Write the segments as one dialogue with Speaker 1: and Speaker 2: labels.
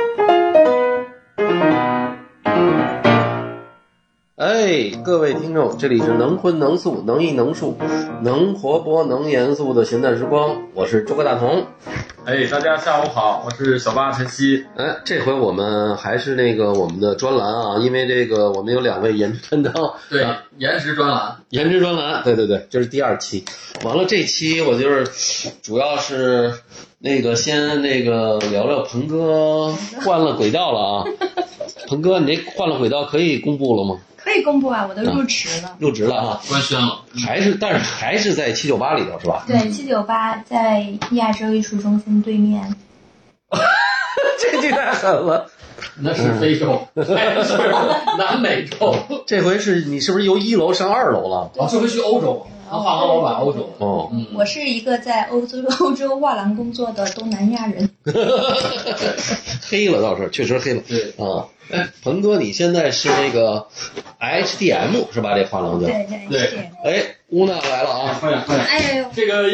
Speaker 1: 嘿，哎各位听众，这里是能荤能素能艺能术能活泼能严肃的闲淡时光，我是诸葛大同。
Speaker 2: 哎，大家下午好，我是小八晨曦。
Speaker 1: 哎，这回我们还是那个我们的专栏啊，因为这个我们有两位颜值担当，
Speaker 2: 对
Speaker 1: 啊，
Speaker 2: 颜值专栏，
Speaker 1: 颜值专栏，对对对，这是第二期。完了这期我就是主要是那个先那个聊聊鹏哥换了轨道了 啊，鹏哥，你这换了轨道可以公布了吗？
Speaker 3: 可以公布啊，我都入职了。
Speaker 1: 入职了啊，
Speaker 2: 官宣了。
Speaker 1: 还是但是还是在七九八里头是吧？
Speaker 3: 对，七九八在亚洲艺术中心对面。
Speaker 1: 这句太狠了。
Speaker 2: 那
Speaker 1: 嗯
Speaker 2: 是 非洲， 那是南美洲，
Speaker 1: 这回是你是不是由一楼上二楼了？
Speaker 2: 哦，这回去欧洲，他画廊老板欧洲。
Speaker 1: 哦，
Speaker 2: 嗯，
Speaker 3: 我是一个在欧洲欧洲画廊工作的东南亚人。
Speaker 1: 黑了倒是，确实黑了
Speaker 2: 对，
Speaker 1: 啊。哎，鹏哥，你现在是那个 HDM 是吧？这画廊叫。
Speaker 3: 对对
Speaker 2: 对
Speaker 3: 是这样
Speaker 1: 哎，乌娜来了啊！
Speaker 2: 快点快点，
Speaker 3: 哎呦，
Speaker 2: 这个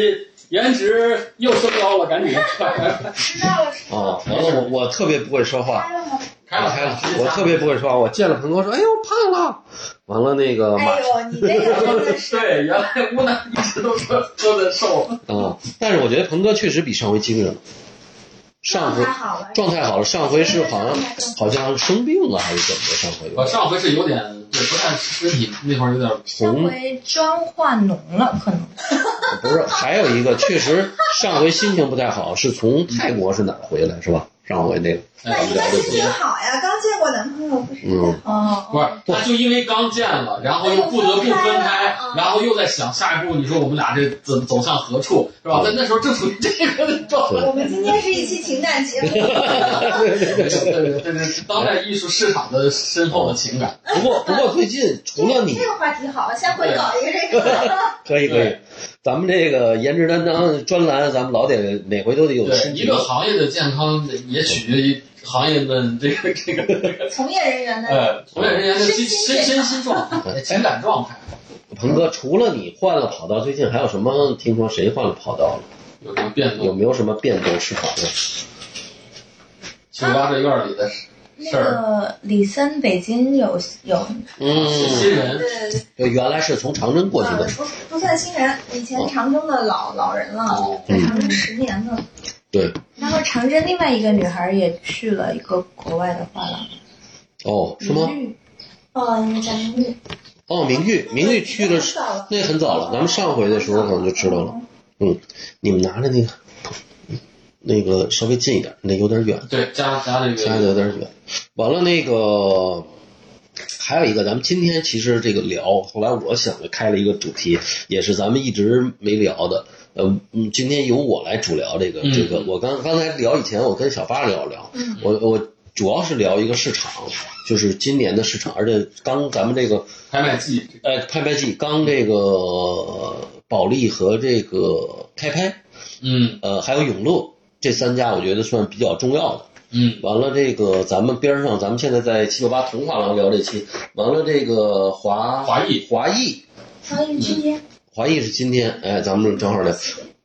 Speaker 2: 颜值又升高了，赶紧开
Speaker 3: 知道了，哎知
Speaker 1: 啊，完了我我特别不会说话，
Speaker 3: 了吗？
Speaker 1: 啊
Speaker 2: 了
Speaker 1: 开
Speaker 2: 开
Speaker 1: 了
Speaker 2: 了，，
Speaker 1: 我特别不会说话。我见了鹏哥说，哎呦胖了，完了那个马
Speaker 3: 哎呦，你这个真的是，
Speaker 2: 对，原来乌娜一直都说说的 瘦，
Speaker 1: 啊，但是我觉得鹏哥确实比上回精神了，上回
Speaker 3: 太好 了，
Speaker 1: 状态好了，上回是好像好像生病了还是怎么
Speaker 2: 我
Speaker 1: 着？上
Speaker 2: 上回是有点对不太身体那块儿有点
Speaker 3: 上回妆化浓了，可能
Speaker 1: 回不是，还有一个确实上回心情不太好，是从泰国是哪儿回来是吧？上回那个
Speaker 2: 哎
Speaker 3: 哎
Speaker 4: 那应该是挺好呀，刚见过男朋友不是？
Speaker 1: 嗯
Speaker 3: 哦，
Speaker 2: 不是，他就因为刚见了，然后又不得不分开，然后又在想下一步，你说我们俩这怎么走向何处，是吧？在那时候正处于这个状
Speaker 3: 哦
Speaker 2: 态。
Speaker 4: 我们今天是一期情感 节目，
Speaker 2: 对对对对， 当代艺术市场的深厚的情感，
Speaker 1: 不过不过最近除了你
Speaker 4: 这
Speaker 3: 哦
Speaker 4: 个话题好，下回搞一个这 个。
Speaker 1: 可以可以
Speaker 2: 对，
Speaker 1: 咱们这个颜值担当专栏，咱们老得每回都得有
Speaker 2: 嗯对
Speaker 1: 新
Speaker 2: 一个行业的健康也取决于行业们这个这个
Speaker 4: 从业人员的
Speaker 2: 呃从业人员的身身身心状态、情感状态。
Speaker 1: 鹏哥，除了你换了跑道，最近还有什么？听说谁换了跑道了？
Speaker 2: 有什么变
Speaker 1: 有
Speaker 2: 动？
Speaker 1: 没有什么变动市场呢？
Speaker 2: 酒吧这院儿里的
Speaker 3: 那
Speaker 2: 事儿，
Speaker 3: 个李森北京有有，
Speaker 1: 嗯，
Speaker 2: 新人
Speaker 4: 对呃对
Speaker 1: 就原来是从长征过去
Speaker 4: 对，
Speaker 3: 嗯
Speaker 1: 的，
Speaker 4: 不不算新人，以前长征的老老人了，
Speaker 2: 哦，
Speaker 4: 在长征十年呢。
Speaker 1: 对，
Speaker 3: 然后长征另外一个女孩也去了一个国外的画廊，
Speaker 1: 哦，是吗？
Speaker 3: 嗯
Speaker 4: 嗯，咱们
Speaker 1: 哦，明玉，明玉去了，
Speaker 4: 早了，
Speaker 1: 那很早了，咱们上回的时候可能就知道了。嗯，你们拿着那个，那个稍微近一点，那有点远，
Speaker 2: 对加加这
Speaker 1: 家里
Speaker 2: 个
Speaker 1: 有点远。完了那个，还有一个，咱们今天其实这个聊，后来我想着开了一个主题，也是咱们一直没聊的。呃，嗯，今天由我来主聊这个、
Speaker 2: 嗯
Speaker 1: 这个。我刚刚才聊以前，我跟小八聊了聊，
Speaker 4: 嗯
Speaker 1: 我我主要是聊一个市场，就是今年的市场，而且刚咱们这个
Speaker 2: 拍卖季，
Speaker 1: 呃拍拍季刚这个保利和这个开拍，
Speaker 2: 嗯
Speaker 1: 呃还有永乐这三家，我觉得算比较重要的。
Speaker 2: 嗯，
Speaker 1: 完了，这个咱们边上，咱们现在在七九八同画廊聊这期。完了，这个华
Speaker 2: 华裔
Speaker 1: 华裔
Speaker 4: 长征今天
Speaker 1: 华裔是今天，哎，咱们正好聊。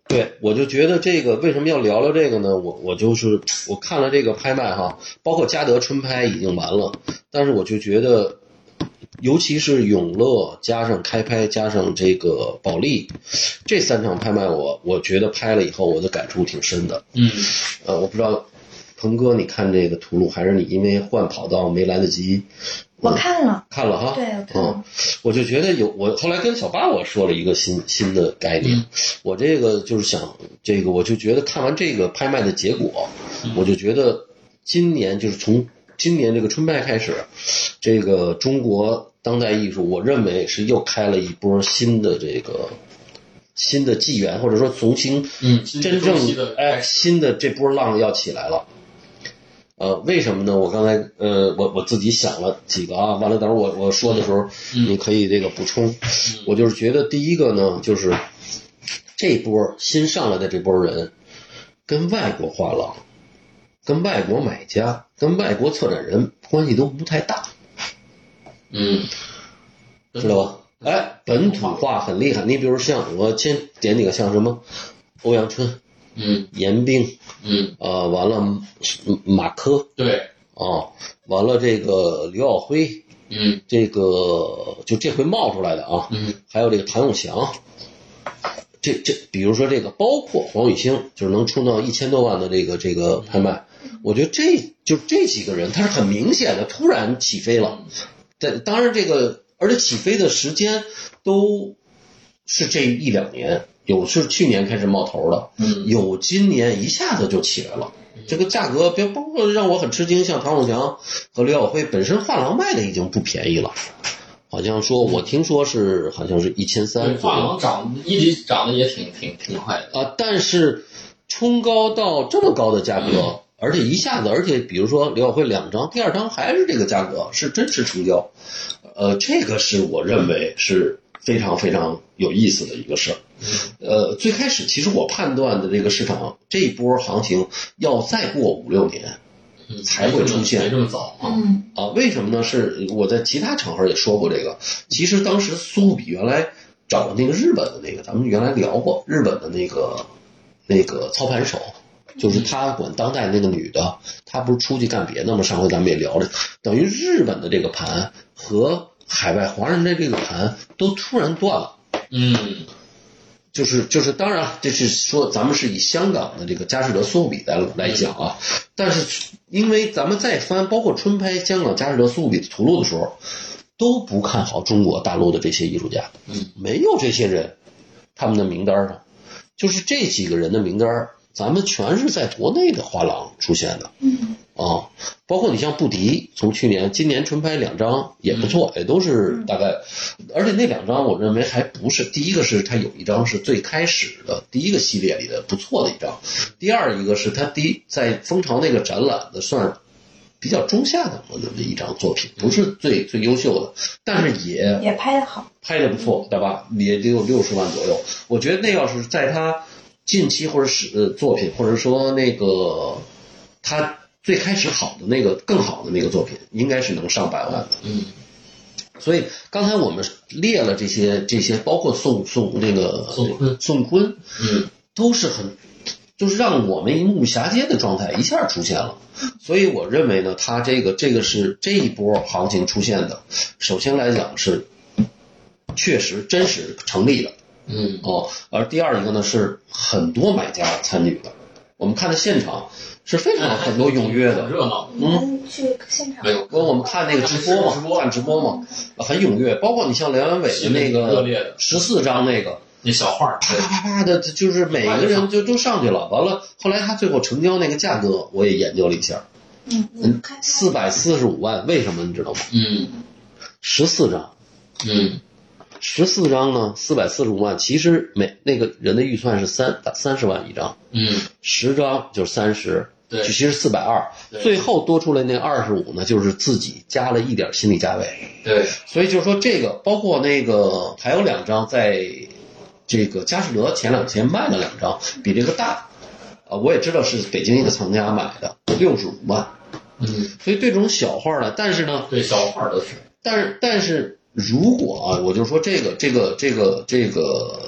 Speaker 1: 对，我就觉得这个为什么要聊聊这个呢？我我就是我看了这个拍卖哈，包括嘉德春拍已经完了，但是我就觉得，尤其是永乐加上开拍加上这个保利，这三场拍卖我我觉得拍了以后我的感触挺深的。
Speaker 2: 嗯，
Speaker 1: 呃，我不知道，鹏哥，你看这个图录，还是你因为换跑道没来得及
Speaker 3: 我看了，
Speaker 1: 看了哈？
Speaker 3: 对，我看了
Speaker 1: 嗯。，我就觉得有我后来跟小八我说了一个新新的概念，
Speaker 2: 嗯
Speaker 1: 我这个就是想这个，我就觉得看完这个拍卖的结果，我就觉得今年就是从今年这个春拍开始，这个中国当代艺术，我认为是又开了一波新的这个新的纪元，或者说重新
Speaker 2: 嗯
Speaker 1: 真正
Speaker 2: 新的
Speaker 1: 哎新的这波浪要起来了。呃，为什么呢？我刚才呃，我我自己想了几个啊，完了，等会儿我我说的时候，
Speaker 2: 嗯
Speaker 1: 你可以这个补充。我就是觉得第一个呢，就是这波新上来的这波人，跟外国画廊、跟外国买家、跟外国策展人关系都不太大，
Speaker 2: 嗯，
Speaker 1: 知道吧？哎，本土化很厉害。你比如像我先点几个，像什么欧阳春、
Speaker 2: 嗯
Speaker 1: 严冰，
Speaker 2: 嗯，
Speaker 1: 呃，完了马马科
Speaker 2: 对，
Speaker 1: 啊、啊，完了这个刘晓辉，
Speaker 2: 嗯
Speaker 1: 这个就这回冒出来的啊，
Speaker 2: 嗯
Speaker 1: 还有这个谭咏祥，这这，比如说这个，包括黄雨荇，就是能冲到一千多万的这个这个拍卖，我觉得这就这几个人，他是很明显的突然起飞了。但当然这个，而且起飞的时间都是这一两年，有是去年开始冒头的，
Speaker 2: 嗯
Speaker 1: 有今年一下子就起来了。这个价格，别包括让我很吃惊，像唐永强和刘晓辉本身画廊卖的已经不便宜了，好像说我听说是好像是一千
Speaker 2: 对
Speaker 1: 三左
Speaker 2: 画
Speaker 1: 右
Speaker 2: 廊涨一直涨得也挺挺挺快的，
Speaker 1: 啊，但是冲高到这么高的价
Speaker 2: 嗯
Speaker 1: 格，而且一下子，而且比如说刘晓辉两张，第二张还是这个价格，是真实成交，呃，这个是我认为是非常非常有意思的一个事儿。呃，最开始其实我判断的这个市场这一波行情要再过五六年。
Speaker 2: 嗯
Speaker 1: 才会出现
Speaker 2: 没这么早啊。
Speaker 4: 嗯，
Speaker 1: 啊，为什么呢？是我在其他场合也说过这个。其实当时苏比原来找的那个日本的那个，咱们原来聊过日本的那个那个操盘手，就是他管当代那个女的，她不是出去干别的吗？上回咱们也聊了，等于日本的这个盘和海外华人的这个盘都突然断了。
Speaker 2: 嗯
Speaker 1: 就是就是，当然这是说咱们是以香港的这个佳士得、苏富比来来讲啊，但是因为咱们再翻，包括春拍香港佳士得、苏富比的图录的时候，都不看好中国大陆的这些艺术家，
Speaker 2: 嗯，
Speaker 1: 没有这些人，他们的名单上，就是这几个人的名单，咱们全是在国内的画廊出现的，
Speaker 4: 嗯，
Speaker 1: 啊，包括你像布迪，从去年、今年春拍两张也不错，也都是大概，而且那两张我认为还不是第一个是它有一张是最开始的第一个系列里的不错的一张，第二一个是它第一在蜂巢那个展览的算比较中下等的那么一张作品，不是最最优秀的，但是也
Speaker 3: 也拍的好，
Speaker 1: 拍的不
Speaker 2: 嗯
Speaker 1: 错，对吧？也得有六十万左右。我觉得那要是在他近期或者是呃作品，或者说那个他最开始好的那个更好的那个作品，应该是能上百万的。
Speaker 2: 嗯
Speaker 1: 所以刚才我们列了这些这些，包括宋宋那个
Speaker 2: 宋坤
Speaker 1: 宋坤，
Speaker 2: 嗯
Speaker 1: 都是很，就是让我们目不暇接的状态一下出现了。所以我认为呢，它这个这个是这一波行情出现的，首先来讲是确实真实成立的
Speaker 2: 嗯
Speaker 1: 哦，而第二一个呢是很多买家参与的，我们看的现场是非常很多踊跃的。
Speaker 2: 热闹。
Speaker 4: 你们去现场
Speaker 2: 没有
Speaker 1: 跟我们看那个直播嘛，
Speaker 2: 直播
Speaker 1: 看直播嘛，很踊跃。包括你像梁元伟的那
Speaker 2: 热
Speaker 1: 个
Speaker 2: 烈的
Speaker 1: 十四张那个，
Speaker 2: 那小画儿，
Speaker 1: 啪啪啪的，就是每个人就都上去了。完了，后来他最后成交那个价格，我也研究了一下，
Speaker 4: 嗯，你们看
Speaker 1: 四百四十五万，为什么你知道吗？
Speaker 2: 嗯
Speaker 1: 十四张，
Speaker 2: 嗯
Speaker 1: 十四张呢，四百四十五万，其实每那个人的预算是三三十万一张，
Speaker 2: 嗯，
Speaker 1: 十张就是三十，
Speaker 2: 对
Speaker 1: 其实四百二，
Speaker 2: 对
Speaker 1: 最后多出来那二十五呢，就是自己加了一点心理价位。
Speaker 2: 对，
Speaker 1: 所以就是说，这个包括那个还有两张在这个佳士得前两天卖了两张，比这个大啊，我也知道是北京一个藏家买的，六十五万。
Speaker 2: 嗯
Speaker 1: 所以对这种小画呢，但是呢，
Speaker 2: 对，小画儿都是，
Speaker 1: 但是但是如果啊，我就说这个这个这个这个，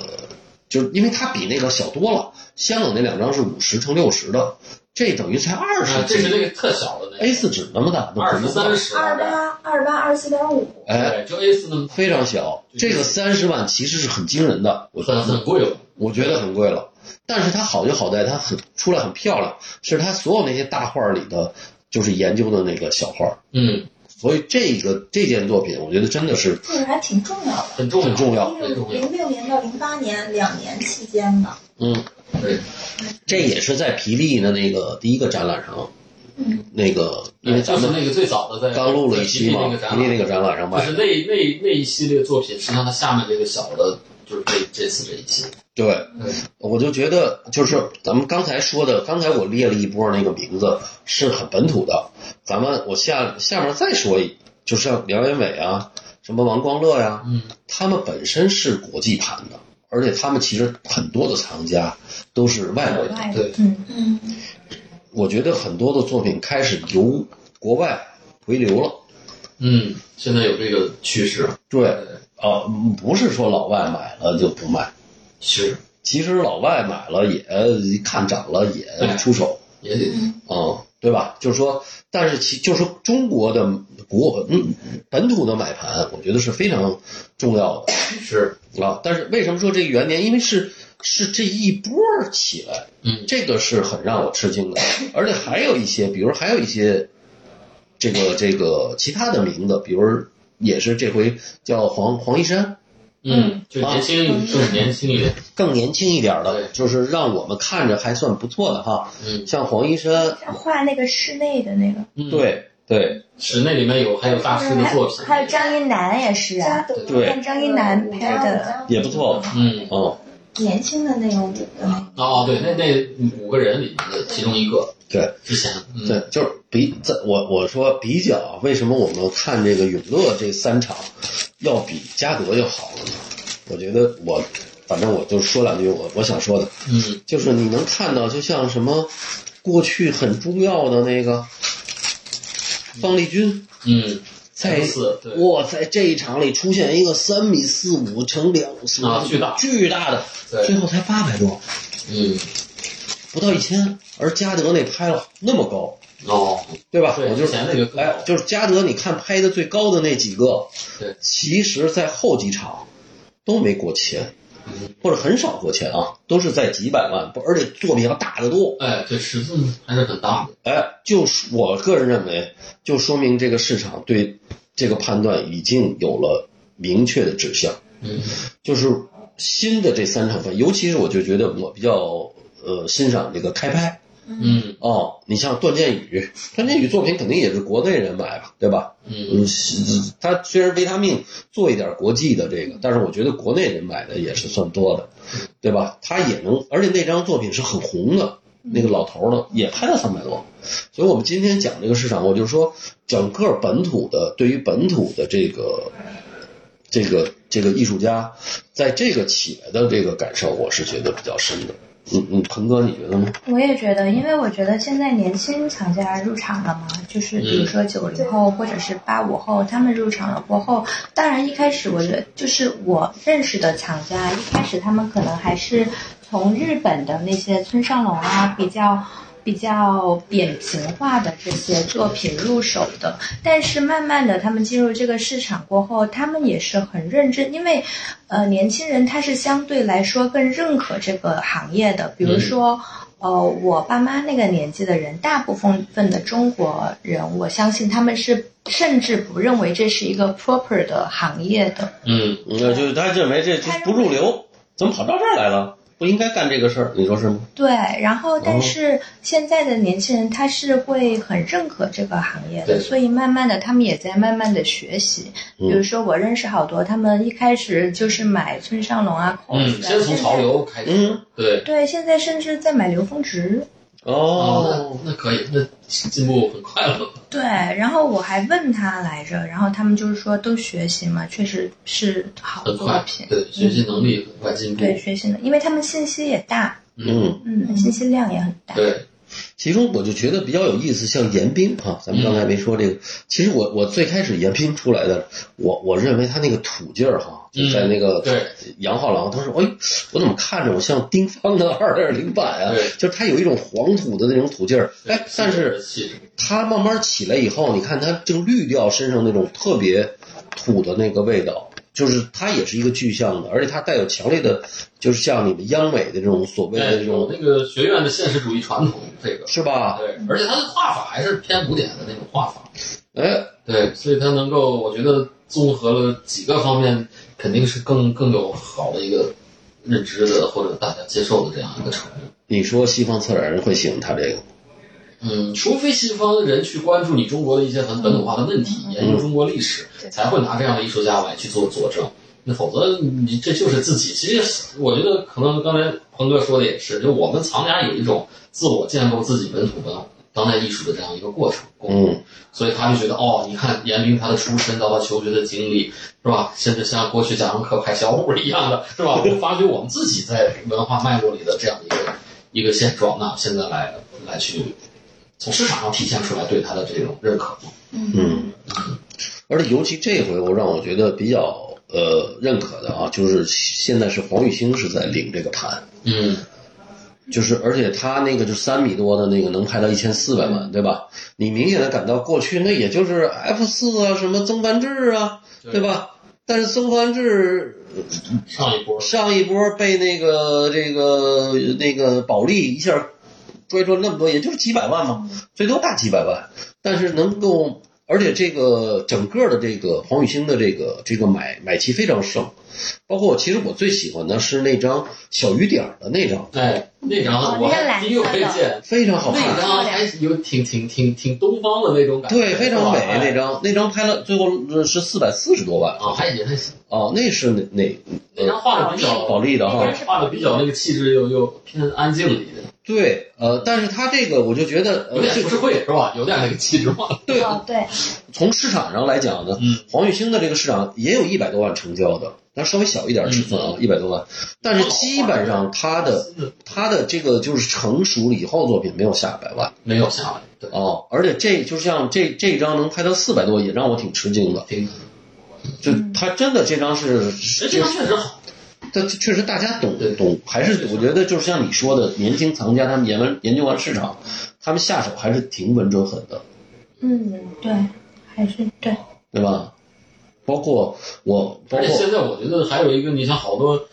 Speaker 1: 就是因为它比那个小多了，香港那两张是五十乘六十的，这等于才二
Speaker 2: 啊
Speaker 1: 十
Speaker 2: 这是那
Speaker 1: 斤
Speaker 2: 个特小的那个
Speaker 1: A 四纸那么大，
Speaker 2: 二十三
Speaker 1: 十，
Speaker 2: 十
Speaker 4: 二十八、二十八、二十四点五，
Speaker 1: 哎，
Speaker 2: 对，就 A 四那么
Speaker 1: 非常小，这个三十万其实是很惊人的，我觉
Speaker 2: 很
Speaker 1: 得
Speaker 2: 很贵了。
Speaker 1: 我觉得很贵了。但是它好就好在它很出来很漂亮，是它所有那些大画里的就是研究的那个小画，
Speaker 2: 嗯，
Speaker 1: 所以这个这件作品我觉得真的是
Speaker 4: 这个还挺重要的。
Speaker 2: 很重要，
Speaker 1: 很重要
Speaker 4: 因为零六年到零八年两年期间吧，
Speaker 1: 嗯，
Speaker 2: 对，
Speaker 1: 这也是在皮利的那个第一个展览上，
Speaker 4: 嗯
Speaker 1: 那个因为咱
Speaker 2: 就是
Speaker 1: 们
Speaker 2: 那个最早的在
Speaker 1: 刚录了一期嘛，
Speaker 2: 在
Speaker 1: 皮
Speaker 2: 吉利
Speaker 1: 利
Speaker 2: 那
Speaker 1: 那
Speaker 2: 个
Speaker 1: 个展览上
Speaker 2: 展览，就
Speaker 1: 卖
Speaker 2: 是
Speaker 1: 的，
Speaker 2: 那那那一系列作品，实际上它下面这个小的，就是这这次这一期。
Speaker 1: 对，
Speaker 2: 对，
Speaker 1: 我就觉得就是咱们刚才说的，刚才我列了一波那个名字是很本土的，咱们我下下面再说一，就像梁元伟啊，什么王光乐呀、
Speaker 2: 嗯
Speaker 1: 他们本身是国际盘的，而且他们其实很多的藏家都是外国人。
Speaker 3: 外
Speaker 2: 对
Speaker 3: 嗯，
Speaker 4: 嗯，
Speaker 1: 我觉得很多的作品开始由国外回流了。
Speaker 2: 嗯，现在有这个趋势，呃
Speaker 1: 对，
Speaker 2: 对，
Speaker 1: 啊，嗯不是说老外买了就不卖，
Speaker 2: 是
Speaker 1: 其实老外买了也看涨了也出手
Speaker 2: 也得
Speaker 1: 啊、嗯。对吧？就是说，但是其就是说中国的国嗯本土的买盘，我觉得是非常重要的。
Speaker 2: 是，
Speaker 1: 啊，但是为什么说这个元年？因为是是这一波儿起来，
Speaker 2: 嗯，
Speaker 1: 这个是很让我吃惊 的。而且还有一些，比如还有一些这个这个其他的名字，比如也是这回叫黄黄一山，
Speaker 2: 嗯，就年轻，就年轻一点，
Speaker 1: 更年轻一点儿的
Speaker 2: 对，
Speaker 1: 就是让我们看着还算不错的哈，
Speaker 2: 嗯，
Speaker 1: 像黄一山，
Speaker 3: 像画那个室内的那个，
Speaker 2: 嗯，
Speaker 1: 对对
Speaker 2: 室内里面有还有大师的作品，
Speaker 3: 还有张一楠也是
Speaker 4: 加
Speaker 3: 啊，
Speaker 4: 德
Speaker 1: 对
Speaker 3: 看张一楠拍的，
Speaker 1: 也不错，
Speaker 2: 嗯，
Speaker 1: 嗯，
Speaker 3: 年轻的那个舞
Speaker 4: 嗯
Speaker 3: 的，
Speaker 2: 哦，对，那那五个人里面的其中一个，
Speaker 1: 对
Speaker 2: 之前，嗯，
Speaker 1: 对，就是比在我我说比较，为什么我们看这个永乐这三场要比嘉德要好呢？我觉得我反正我就说两句我我想说的，
Speaker 2: 嗯，
Speaker 1: 就是你能看到，就像什么过去很重要的那个方力钧。
Speaker 2: 嗯，
Speaker 1: 在
Speaker 2: 次，对，
Speaker 1: 哇，在这一场里出现一个三米四五乘两四
Speaker 2: 啊巨大
Speaker 1: 巨大的，
Speaker 2: 对
Speaker 1: 最后才八百多，
Speaker 2: 嗯，
Speaker 1: 不到一千，而嘉德那拍了那么高，
Speaker 2: 哦，
Speaker 1: 对吧？
Speaker 2: 对
Speaker 1: 我就
Speaker 2: 之前那个更高
Speaker 1: 哎，就是嘉德，你看拍的最高的那几个，
Speaker 2: 对，
Speaker 1: 其实在后几场都没过千
Speaker 2: 嗯，
Speaker 1: 或者很少过千啊，都是在几百万，不而且作品要大得多。
Speaker 2: 哎，对，尺寸还是很大的，
Speaker 1: 哎，就是我个人认为，就说明这个市场对这个判断已经有了明确的指向。
Speaker 2: 嗯，
Speaker 1: 就是新的这三场分，尤其是我就觉得我比较呃欣赏这个开拍
Speaker 2: 嗯，
Speaker 1: 哦，你像段建宇，段建宇作品肯定也是国内人买吧，对吧？
Speaker 2: 嗯，
Speaker 1: 嗯，是他虽然维他命做一点国际的这个，但是我觉得国内人买的也是算多的，对吧？他也能，而且那张作品是很红的，那个老头儿呢也拍了三百多，所以我们今天讲这个市场，我就说整个本土的对于本土的这个这个这个艺术家，在这个起来的这个感受，我是觉得比较深的。嗯嗯，鹏哥，你觉得呢？
Speaker 3: 我也觉得，因为我觉得现在年轻厂家入场了嘛，就是比如说九零后或者是八五后，他们入场了过后，当然一开始我觉得就是我认识的厂家，一开始他们可能还是从日本的那些村上隆啊比较。比较扁平化的这些作品入手的，但是慢慢的，他们进入这个市场过后，他们也是很认真，因为，呃，年轻人他是相对来说更认可这个行业的。比如说，呃，我爸妈那个年纪的人，大部分分的中国人，我相信他们是甚至不认为这是一个 proper 的行业的。
Speaker 2: 嗯，
Speaker 1: 那就是他认为这
Speaker 3: 他认为
Speaker 1: 不入流，怎么跑到这儿来了？不应该干这个事儿，你说是吗？
Speaker 3: 对，然后
Speaker 1: 哦
Speaker 3: 但是现在的年轻人他是会很认可这个行业的，
Speaker 2: 对
Speaker 3: 所以慢慢的他们也在慢慢的学习。比如说我认识好多，他们一开始就是买村上隆啊、
Speaker 2: 嗯
Speaker 3: cos 啊，，
Speaker 2: 先从
Speaker 3: 现在
Speaker 2: 潮。流开始，
Speaker 1: 嗯，
Speaker 2: 对，
Speaker 3: 对，现在甚至在买流峰值。
Speaker 1: 哦
Speaker 2: 哦，，那那可以，那进步很快了。
Speaker 3: 对，然后我还问他来着，然后他们就是说都学习嘛，确实是好
Speaker 2: 很
Speaker 3: 作
Speaker 2: 快，
Speaker 3: 品。
Speaker 2: 对，学习能力很快进步。
Speaker 3: 对，学习的，因为他们信息也大，
Speaker 1: 嗯。
Speaker 3: 嗯，信息量也很大。
Speaker 2: 对，
Speaker 1: 其中我就觉得比较有意思，像严彬啊，咱们刚才没说
Speaker 2: 嗯
Speaker 1: 这个。其实我我最开始严彬出来的，我我认为他那个土劲儿哈，就在那个
Speaker 2: 嗯对
Speaker 1: 杨浩郎，他说哎，我怎么看着我像丁芳的 二点零版啊
Speaker 2: 对？
Speaker 1: 就是他有一种黄土的那种土劲儿，
Speaker 2: 对
Speaker 1: 哎，但是
Speaker 2: 气质，
Speaker 1: 他慢慢起来以后，你看他这个绿调身上那种特别土的那个味道，就是它也是一个具象的，而且它带有强烈的，就是像你们央美的这种所谓的
Speaker 2: 对，
Speaker 1: 这
Speaker 2: 哎有
Speaker 1: 种，
Speaker 2: 那个学院的现实主义传统，这个
Speaker 1: 是吧？
Speaker 2: 对，而且他的画法还是偏古典的那种画法，
Speaker 1: 哎。
Speaker 2: 对，所以他能够，我觉得综合了几个方面，肯定是更更有好的一个认知的或者大家接受的这样一个程度。
Speaker 1: 你说西方策展人会喜欢他这个？
Speaker 2: 嗯，除非西方人去关注你中国的一些很本土化的问题，研究中国历史，
Speaker 3: 对
Speaker 2: 才会拿这样的艺术家来去做佐证。那否则你这就是自己。其实我觉得可能刚才鹏哥说的也是，就我们藏家有一种自我建构自己本土文当代艺术的这样一个过程。
Speaker 1: 嗯，
Speaker 2: 所以他就觉得哦，你看严彬他的出身到他求学的经历是吧，甚至像过去贾樟柯拍小虎一样的是吧？我们发掘我们自己在文化脉络里的这样的一个一个现状，那现在来来去从市场上体现出来对他的这种认可。
Speaker 1: 嗯，而且尤其这回，我让我觉得比较呃认可的啊，就是现在是黄玉兴是在领这个盘，
Speaker 2: 嗯，
Speaker 1: 就是而且他那个就三米多的那个能拍到一千四百万，对吧？你明显的感到过去那也就是 F 四啊，什么曾梵志啊，对？吧？但是曾梵志
Speaker 2: 上一波
Speaker 1: 上一波被那个这个那个保利一下追出那么多，也就是几百万嘛，最多大几百万。但是能够，而且这个整个的这个黄宇星的这个这个买买期非常盛，包括其实我最喜欢的是那张小雨点儿的那张，
Speaker 2: 哎，那张我
Speaker 3: 哦那个
Speaker 2: 还
Speaker 3: 蓝色的
Speaker 2: 第一个推荐，
Speaker 1: 非常好
Speaker 2: 那
Speaker 1: 看。
Speaker 2: 张还有挺挺挺挺东方的那种感觉，
Speaker 1: 对，非常美
Speaker 2: 是吧
Speaker 1: 那张，那张拍了最后呃是四百四十多万
Speaker 2: 啊，还也还行，
Speaker 1: 哦，那是哪哪
Speaker 2: 那张画的比较
Speaker 1: 保利的哈
Speaker 2: 对，画的比较那个气质又又偏安静了一点，
Speaker 1: 对，呃，但是他这个我就觉得，
Speaker 2: 有
Speaker 1: 呃，
Speaker 2: 点
Speaker 1: 就
Speaker 2: 浮世绘是吧？有点那个气质嘛，
Speaker 1: 对，
Speaker 3: 哦，对，
Speaker 1: 从市场上来讲呢，
Speaker 2: 嗯
Speaker 1: 黄玉星的这个市场也有一百多万成交的，但是稍微小一
Speaker 2: 嗯
Speaker 1: 点尺寸啊，一百、多万，但是基本上他的
Speaker 2: 嗯
Speaker 1: 他的这个就是成熟了以后作品没有下百万
Speaker 2: 没有下来，对，
Speaker 1: 哦，而且这就像这这张能拍到四百多，也让我挺吃惊的，
Speaker 2: 挺，
Speaker 1: 就
Speaker 3: 嗯
Speaker 1: 他真的这张是，
Speaker 2: 这这张确实好，
Speaker 1: 他确实大家懂
Speaker 2: 对
Speaker 1: 懂，还是
Speaker 2: 确实
Speaker 1: 我觉得就是像你说的，年轻藏家他们研完研究完市场，他们下手还是挺稳准狠的。
Speaker 3: 嗯，对，还是对，
Speaker 1: 对吧？包括我，包
Speaker 2: 而且
Speaker 1: 括
Speaker 2: 现在我觉得还有一个，你像好多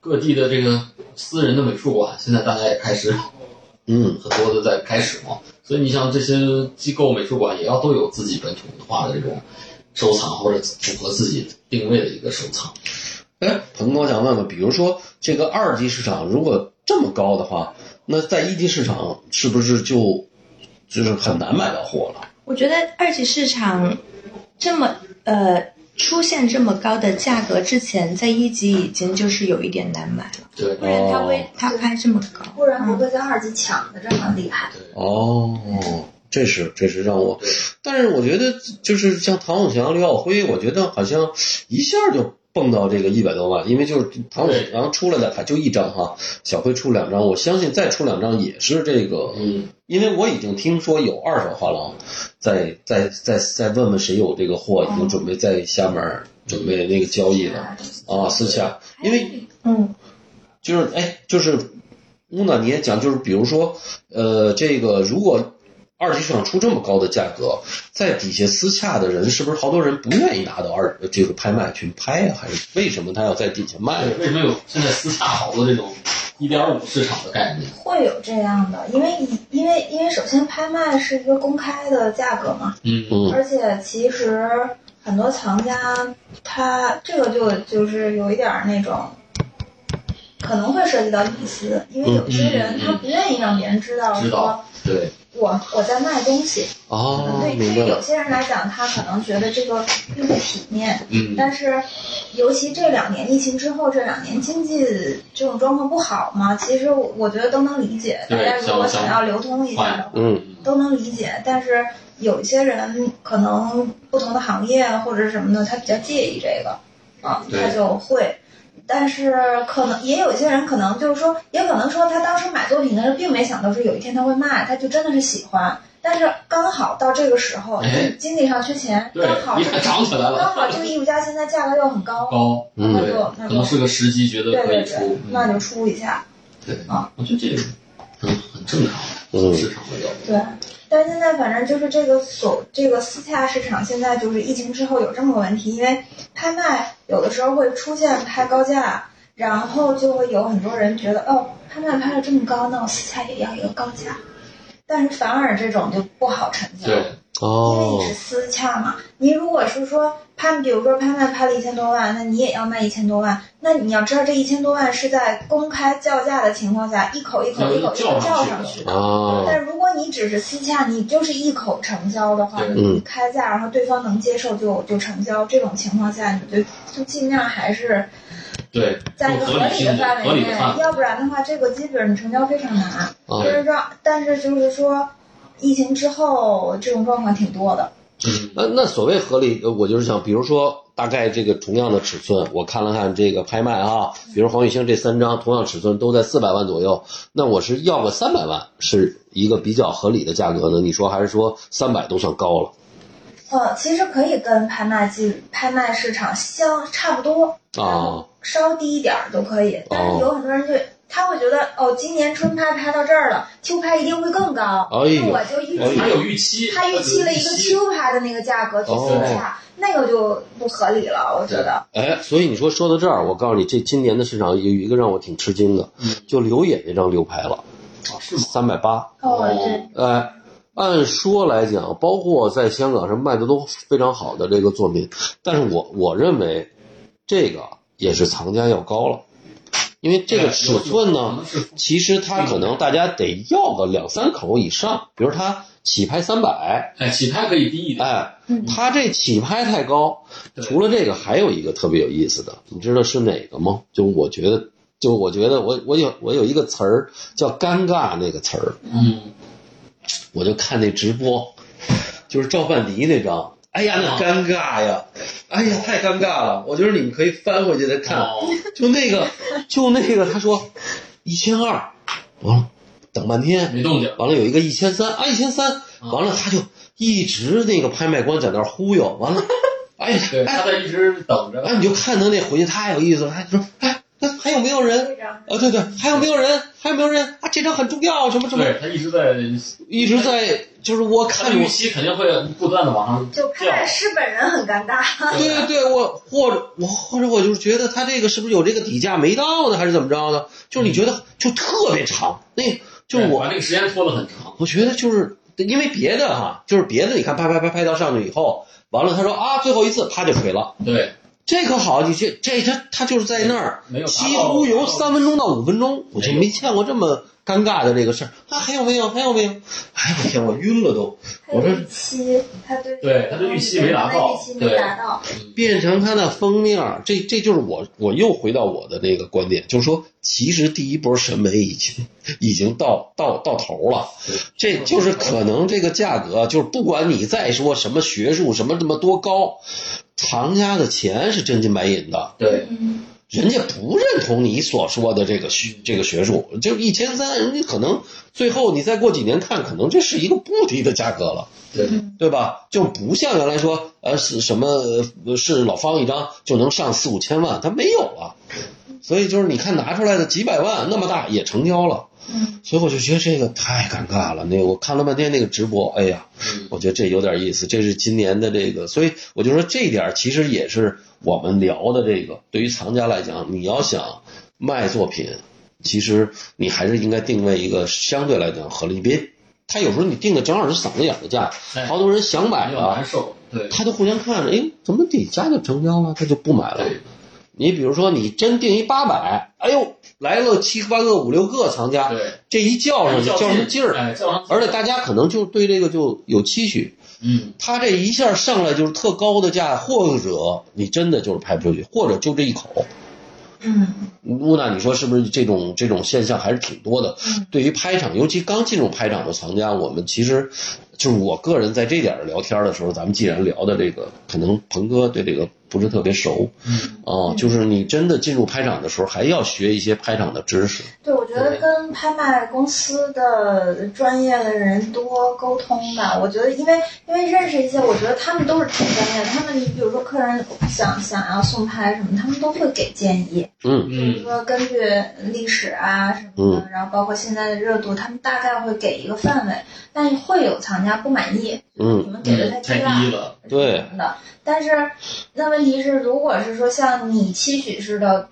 Speaker 2: 各地的这个私人的美术馆，现在大家也开始
Speaker 1: 嗯，
Speaker 2: 很多的在开始嘛，所以你像这些机构美术馆也要都有自己本土文化的这种收藏或者符合自己定位的一个收藏。
Speaker 1: 哎，鹏哥，我想问问，比如说这个二级市场如果这么高的话，那在一级市场是不是就就是很难买到货了？
Speaker 3: 我觉得二级市场这么呃出现这么高的价格之前，在一级已经就是有一点难买了，
Speaker 2: 对
Speaker 3: 不然它
Speaker 1: 哦
Speaker 3: 会它拍这么高，
Speaker 4: 不然不会在二级抢的这么厉害。
Speaker 1: 哦，这是这是让我
Speaker 2: 对，
Speaker 1: 但是我觉得就是像唐永强、刘晓辉，我觉得好像一下就。蹦到这个一百多万，因为就是唐永强出来的，他就一张哈，小辉出两张，我相信再出两张也是这个，
Speaker 2: 嗯，
Speaker 1: 因为我已经听说有二手画廊在在在在问问谁有这个货，已经准备在下面儿准备那个交易了啊，私下，因为
Speaker 3: 嗯，
Speaker 1: 就是哎，就是乌娜你也讲，就是比如说呃，这个如果二级市场出这么高的价格，在底下私下的人是不是好多人不愿意拿到二这个拍卖去拍呀、还是为什么他要在底下卖啊呢？
Speaker 2: 对，为什么有现在私下好多这种一点五市场的概念？
Speaker 4: 会有这样的，因为以因为因为首先拍卖是一个公开的价格嘛，
Speaker 2: 嗯，
Speaker 1: 嗯
Speaker 4: 而且其实很多藏家他这个就就是有一点儿那种，可能会涉及到隐私，因为有些
Speaker 1: 嗯
Speaker 4: 人他不愿意让别人知道
Speaker 2: 知
Speaker 4: 说
Speaker 2: 道，对，
Speaker 4: 我我在卖东西，
Speaker 1: 哦，
Speaker 4: 对
Speaker 1: 明
Speaker 4: 对
Speaker 1: 白
Speaker 4: 于有
Speaker 1: 了，
Speaker 4: 些人来讲，他可能觉得这个并不体面，
Speaker 2: 嗯，
Speaker 4: 但是，尤其这两年疫情之后，这两年经济这种状况不好嘛，其实我我觉得都能理解。大
Speaker 2: 对
Speaker 4: 家如果
Speaker 2: 想
Speaker 4: 想要流通一下的话，
Speaker 1: 嗯
Speaker 4: 都能理解。但是有一些人可能不同的行业啊或者什么的，他比较介意这个，啊，
Speaker 2: 对
Speaker 4: 他就会。但是可能也有一些人可能就是说，也可能说他当时买作品的时候并没想到说有一天他会卖，他就真的是喜欢。但是刚好到这个时候，
Speaker 2: 哎
Speaker 4: 经济上缺钱，
Speaker 2: 对
Speaker 4: 刚好，
Speaker 2: 一
Speaker 4: 这个
Speaker 2: 看涨起来
Speaker 4: 刚
Speaker 2: 了，
Speaker 4: 好这个艺术家现在价格又很高，
Speaker 2: 高，
Speaker 1: 嗯
Speaker 2: 对，可能是个时机，觉得
Speaker 4: 对
Speaker 2: 可以
Speaker 4: 对
Speaker 2: 出嗯
Speaker 4: 对，，那就出一下。
Speaker 2: 对
Speaker 4: 啊，
Speaker 2: 我觉得这个很很正常，
Speaker 1: 嗯
Speaker 2: 市场的要
Speaker 4: 对，但现在反正就是这个所这个私下市场，现在就是疫情之后有这么个问题，因为拍卖有的时候会出现拍高价，然后就会有很多人觉得哦，拍卖拍的这么高，那我私下也要一个高价，但是反而这种就不好成交。
Speaker 2: 对，
Speaker 4: 因为
Speaker 1: 哦
Speaker 4: 你是，私洽嘛，你如果是说拍，比如说拍卖拍了一千多万，那你也要卖一千多万，那你要知道这一千多万是在公开叫价的情况下，一口一口一口一口叫上去的。
Speaker 2: 嗯
Speaker 1: 哦，
Speaker 4: 但如果你只是私洽，你就是一口成交的话，
Speaker 2: 对
Speaker 4: 你开价然后对方能接受就就成交，这种情况下你就就尽量还是
Speaker 2: 对，
Speaker 4: 在一个
Speaker 2: 更
Speaker 4: 合
Speaker 2: 合理
Speaker 4: 理的
Speaker 2: 性
Speaker 4: 范
Speaker 2: 的、合
Speaker 4: 围
Speaker 2: 理
Speaker 4: 内
Speaker 2: 的范，围，
Speaker 4: 要不然的话这个基本成交非常难。
Speaker 1: 哦
Speaker 4: 就是说，但是就是说，疫情之后这种状况挺多的。
Speaker 2: 嗯，
Speaker 1: 那那所谓合理，呃我就是想，比如说大概这个同样的尺寸，我看了看这个拍卖啊，比如黄宇星这三张同样尺寸都在四百万左右，那我是要个三百万是一个比较合理的价格呢？你说还是说三百都算高了
Speaker 4: 呃，其实可以跟拍卖季、拍卖市场相差不多，
Speaker 1: 啊？
Speaker 2: 哦
Speaker 4: 稍低一点儿都可以。但是有很多人就、他会觉得哦，今年春拍拍到这儿了，秋拍一定会更高，
Speaker 1: 哎呦
Speaker 4: 那我就预
Speaker 1: 哎
Speaker 4: 期
Speaker 1: 呦
Speaker 2: 他嗯有预期，
Speaker 4: 他预期了一个秋拍的那个价格去
Speaker 2: 哦
Speaker 4: 私下，那个就不合理了，我觉得。
Speaker 1: 哎，所以你说说到这儿，我告诉你，这今年的市场有一个让我挺吃惊的，就刘野这张流拍了
Speaker 2: 哦是吗？
Speaker 1: 三百八，
Speaker 4: 哦，
Speaker 2: 哦
Speaker 4: 这
Speaker 1: 哎。按说来讲，包括在香港上卖的都非常好的这个作品，但是我我认为，这个也是藏家要高了，因为这个尺寸呢，
Speaker 2: 可能是
Speaker 1: 其实它可能大家得要个两三口以上，比如它起拍三百，
Speaker 2: 哎，起拍可以低一点，
Speaker 1: 哎
Speaker 3: 嗯，
Speaker 1: 它这起拍太高。
Speaker 2: 对
Speaker 1: 除了这个，还有一个特别有意思的，你知道是哪个吗？就我觉得，就我觉得我我有我有一个词儿叫尴尬那个词儿，
Speaker 2: 嗯，
Speaker 1: 我就看那直播，就是赵范迪那张。哎呀，那尴尬呀！哎呀，太尴尬了。我觉得你们可以翻回去再看，
Speaker 2: 哦，
Speaker 1: 就那个，就那个，他说一千二，完了，等半天，
Speaker 2: 没动静儿，
Speaker 1: 完了有一个一千三啊，一千三，完了他就一直那个拍卖官在那儿忽悠，完 了，哎呀，
Speaker 2: 对，
Speaker 1: 哎
Speaker 2: 他在一直等着
Speaker 1: 哎，，你就看他那回去太有意思了，他说哎，那还有没有人？
Speaker 4: 这张
Speaker 1: 啊，对对，还有没有人？还有没有人？啊，这张很重要，什么什么，
Speaker 2: 对他一直在，
Speaker 1: 一直在就是我
Speaker 2: 他
Speaker 1: 看
Speaker 2: 的预
Speaker 1: 我，
Speaker 2: 期肯定会不断的往上，
Speaker 4: 就拍卖师本人很尴尬。
Speaker 1: 对对，我或者我或者我就是觉得他这个是不是有这个底价没到呢，还是怎么着呢？就是你觉得就特别长，那个就是
Speaker 2: 嗯对
Speaker 1: 我
Speaker 2: 把那个时间拖得很长，
Speaker 1: 我觉得就是因为别的哈，就是别的，你看拍拍拍拍到上去以后，完了他说啊，最后一次啪就锤了，
Speaker 2: 对，
Speaker 1: 这可好，你这这他他就是在那儿
Speaker 2: 没有达到
Speaker 1: 几乎有三分钟到五分钟，我就
Speaker 2: 没有
Speaker 1: 没见过这么尴尬的这个事儿啊，还有没有？还有没有？哎呦我天，我晕了都，
Speaker 4: 他的预期，他对
Speaker 2: 对他的预期没达到
Speaker 4: 他的预期没达到。
Speaker 1: 变成它的封面儿，这这就是我我又回到我的那个观点，就是说，其实第一波审美已经已经到到到头了
Speaker 2: 对，
Speaker 1: 这就是可能这个价格，就是不管你再说什么学术什么这么多高，藏家的钱是真金白银的，
Speaker 2: 对，
Speaker 4: 嗯，
Speaker 1: 人家不认同你所说的这个学这个学术，就一千三，人家可能最后你再过几年看，可能这是一个不低的价格了。
Speaker 2: 对，
Speaker 4: 嗯
Speaker 1: 对吧？就不像原来说，呃，是什么呃是老方一张就能上四五千万，它没有了。所以就是你看拿出来的几百万那么大也成交了，
Speaker 4: 嗯，
Speaker 1: 所以我就觉得这个太尴尬了。那个我看了半天那个直播，哎呀，
Speaker 2: 嗯，
Speaker 1: 我觉得这有点意思，这是今年的这个，所以我就说这一点儿其实也是我们聊的这个，对于藏家来讲，你要想卖作品，其实你还是应该定位一个相对来讲合理，你别他有时候你定的正好是嗓子眼儿的价
Speaker 2: 哎，
Speaker 1: 好多人想买
Speaker 2: 比较
Speaker 1: 了
Speaker 2: 难，受，对，
Speaker 1: 他就互相看着，哎，怎么底价就成交了，他就不买了。
Speaker 2: 对，
Speaker 1: 你比如说你真定一八百，哎呦来了七八个五六个藏家，
Speaker 2: 对，
Speaker 1: 这一叫上去哎叫什么劲儿？
Speaker 2: 哎，叫上劲
Speaker 1: 而且大家可能就对这个就有期许，
Speaker 2: 嗯，
Speaker 1: 他这一下上来就是特高的价，或者你真的就是拍不出去，或者就这一口。
Speaker 4: 嗯，
Speaker 1: 乌娜，你说是不是这种这种现象还是挺多的？
Speaker 2: 嗯
Speaker 1: 对于拍场，尤其刚进入拍场的藏家，我们其实就是我个人在这点儿聊天的时候，咱们既然聊的这个，可能鹏哥对这个不是特别熟，
Speaker 2: 嗯
Speaker 1: 哦、就是你真的进入拍场的时候，还要学一些拍场的知识。
Speaker 4: 对，我觉得跟拍卖公司的专业的人多沟通吧。我觉得，因为因为认识一些，我觉得他们都是挺专业的。他们，你比如说客人想想要送拍什么，他们都会给建议，
Speaker 1: 嗯
Speaker 4: 比如
Speaker 2: 嗯，
Speaker 4: 说根据历史啊什么的，然后包括现在的热度，他们大概会给一个范围。但是会有藏家不满意，
Speaker 1: 嗯
Speaker 4: 你们给的
Speaker 2: 嗯
Speaker 4: 太低
Speaker 2: 太
Speaker 4: 了
Speaker 2: 低。了，
Speaker 1: 对
Speaker 4: 什么的。但是，那问题是，如果是说像你期许似的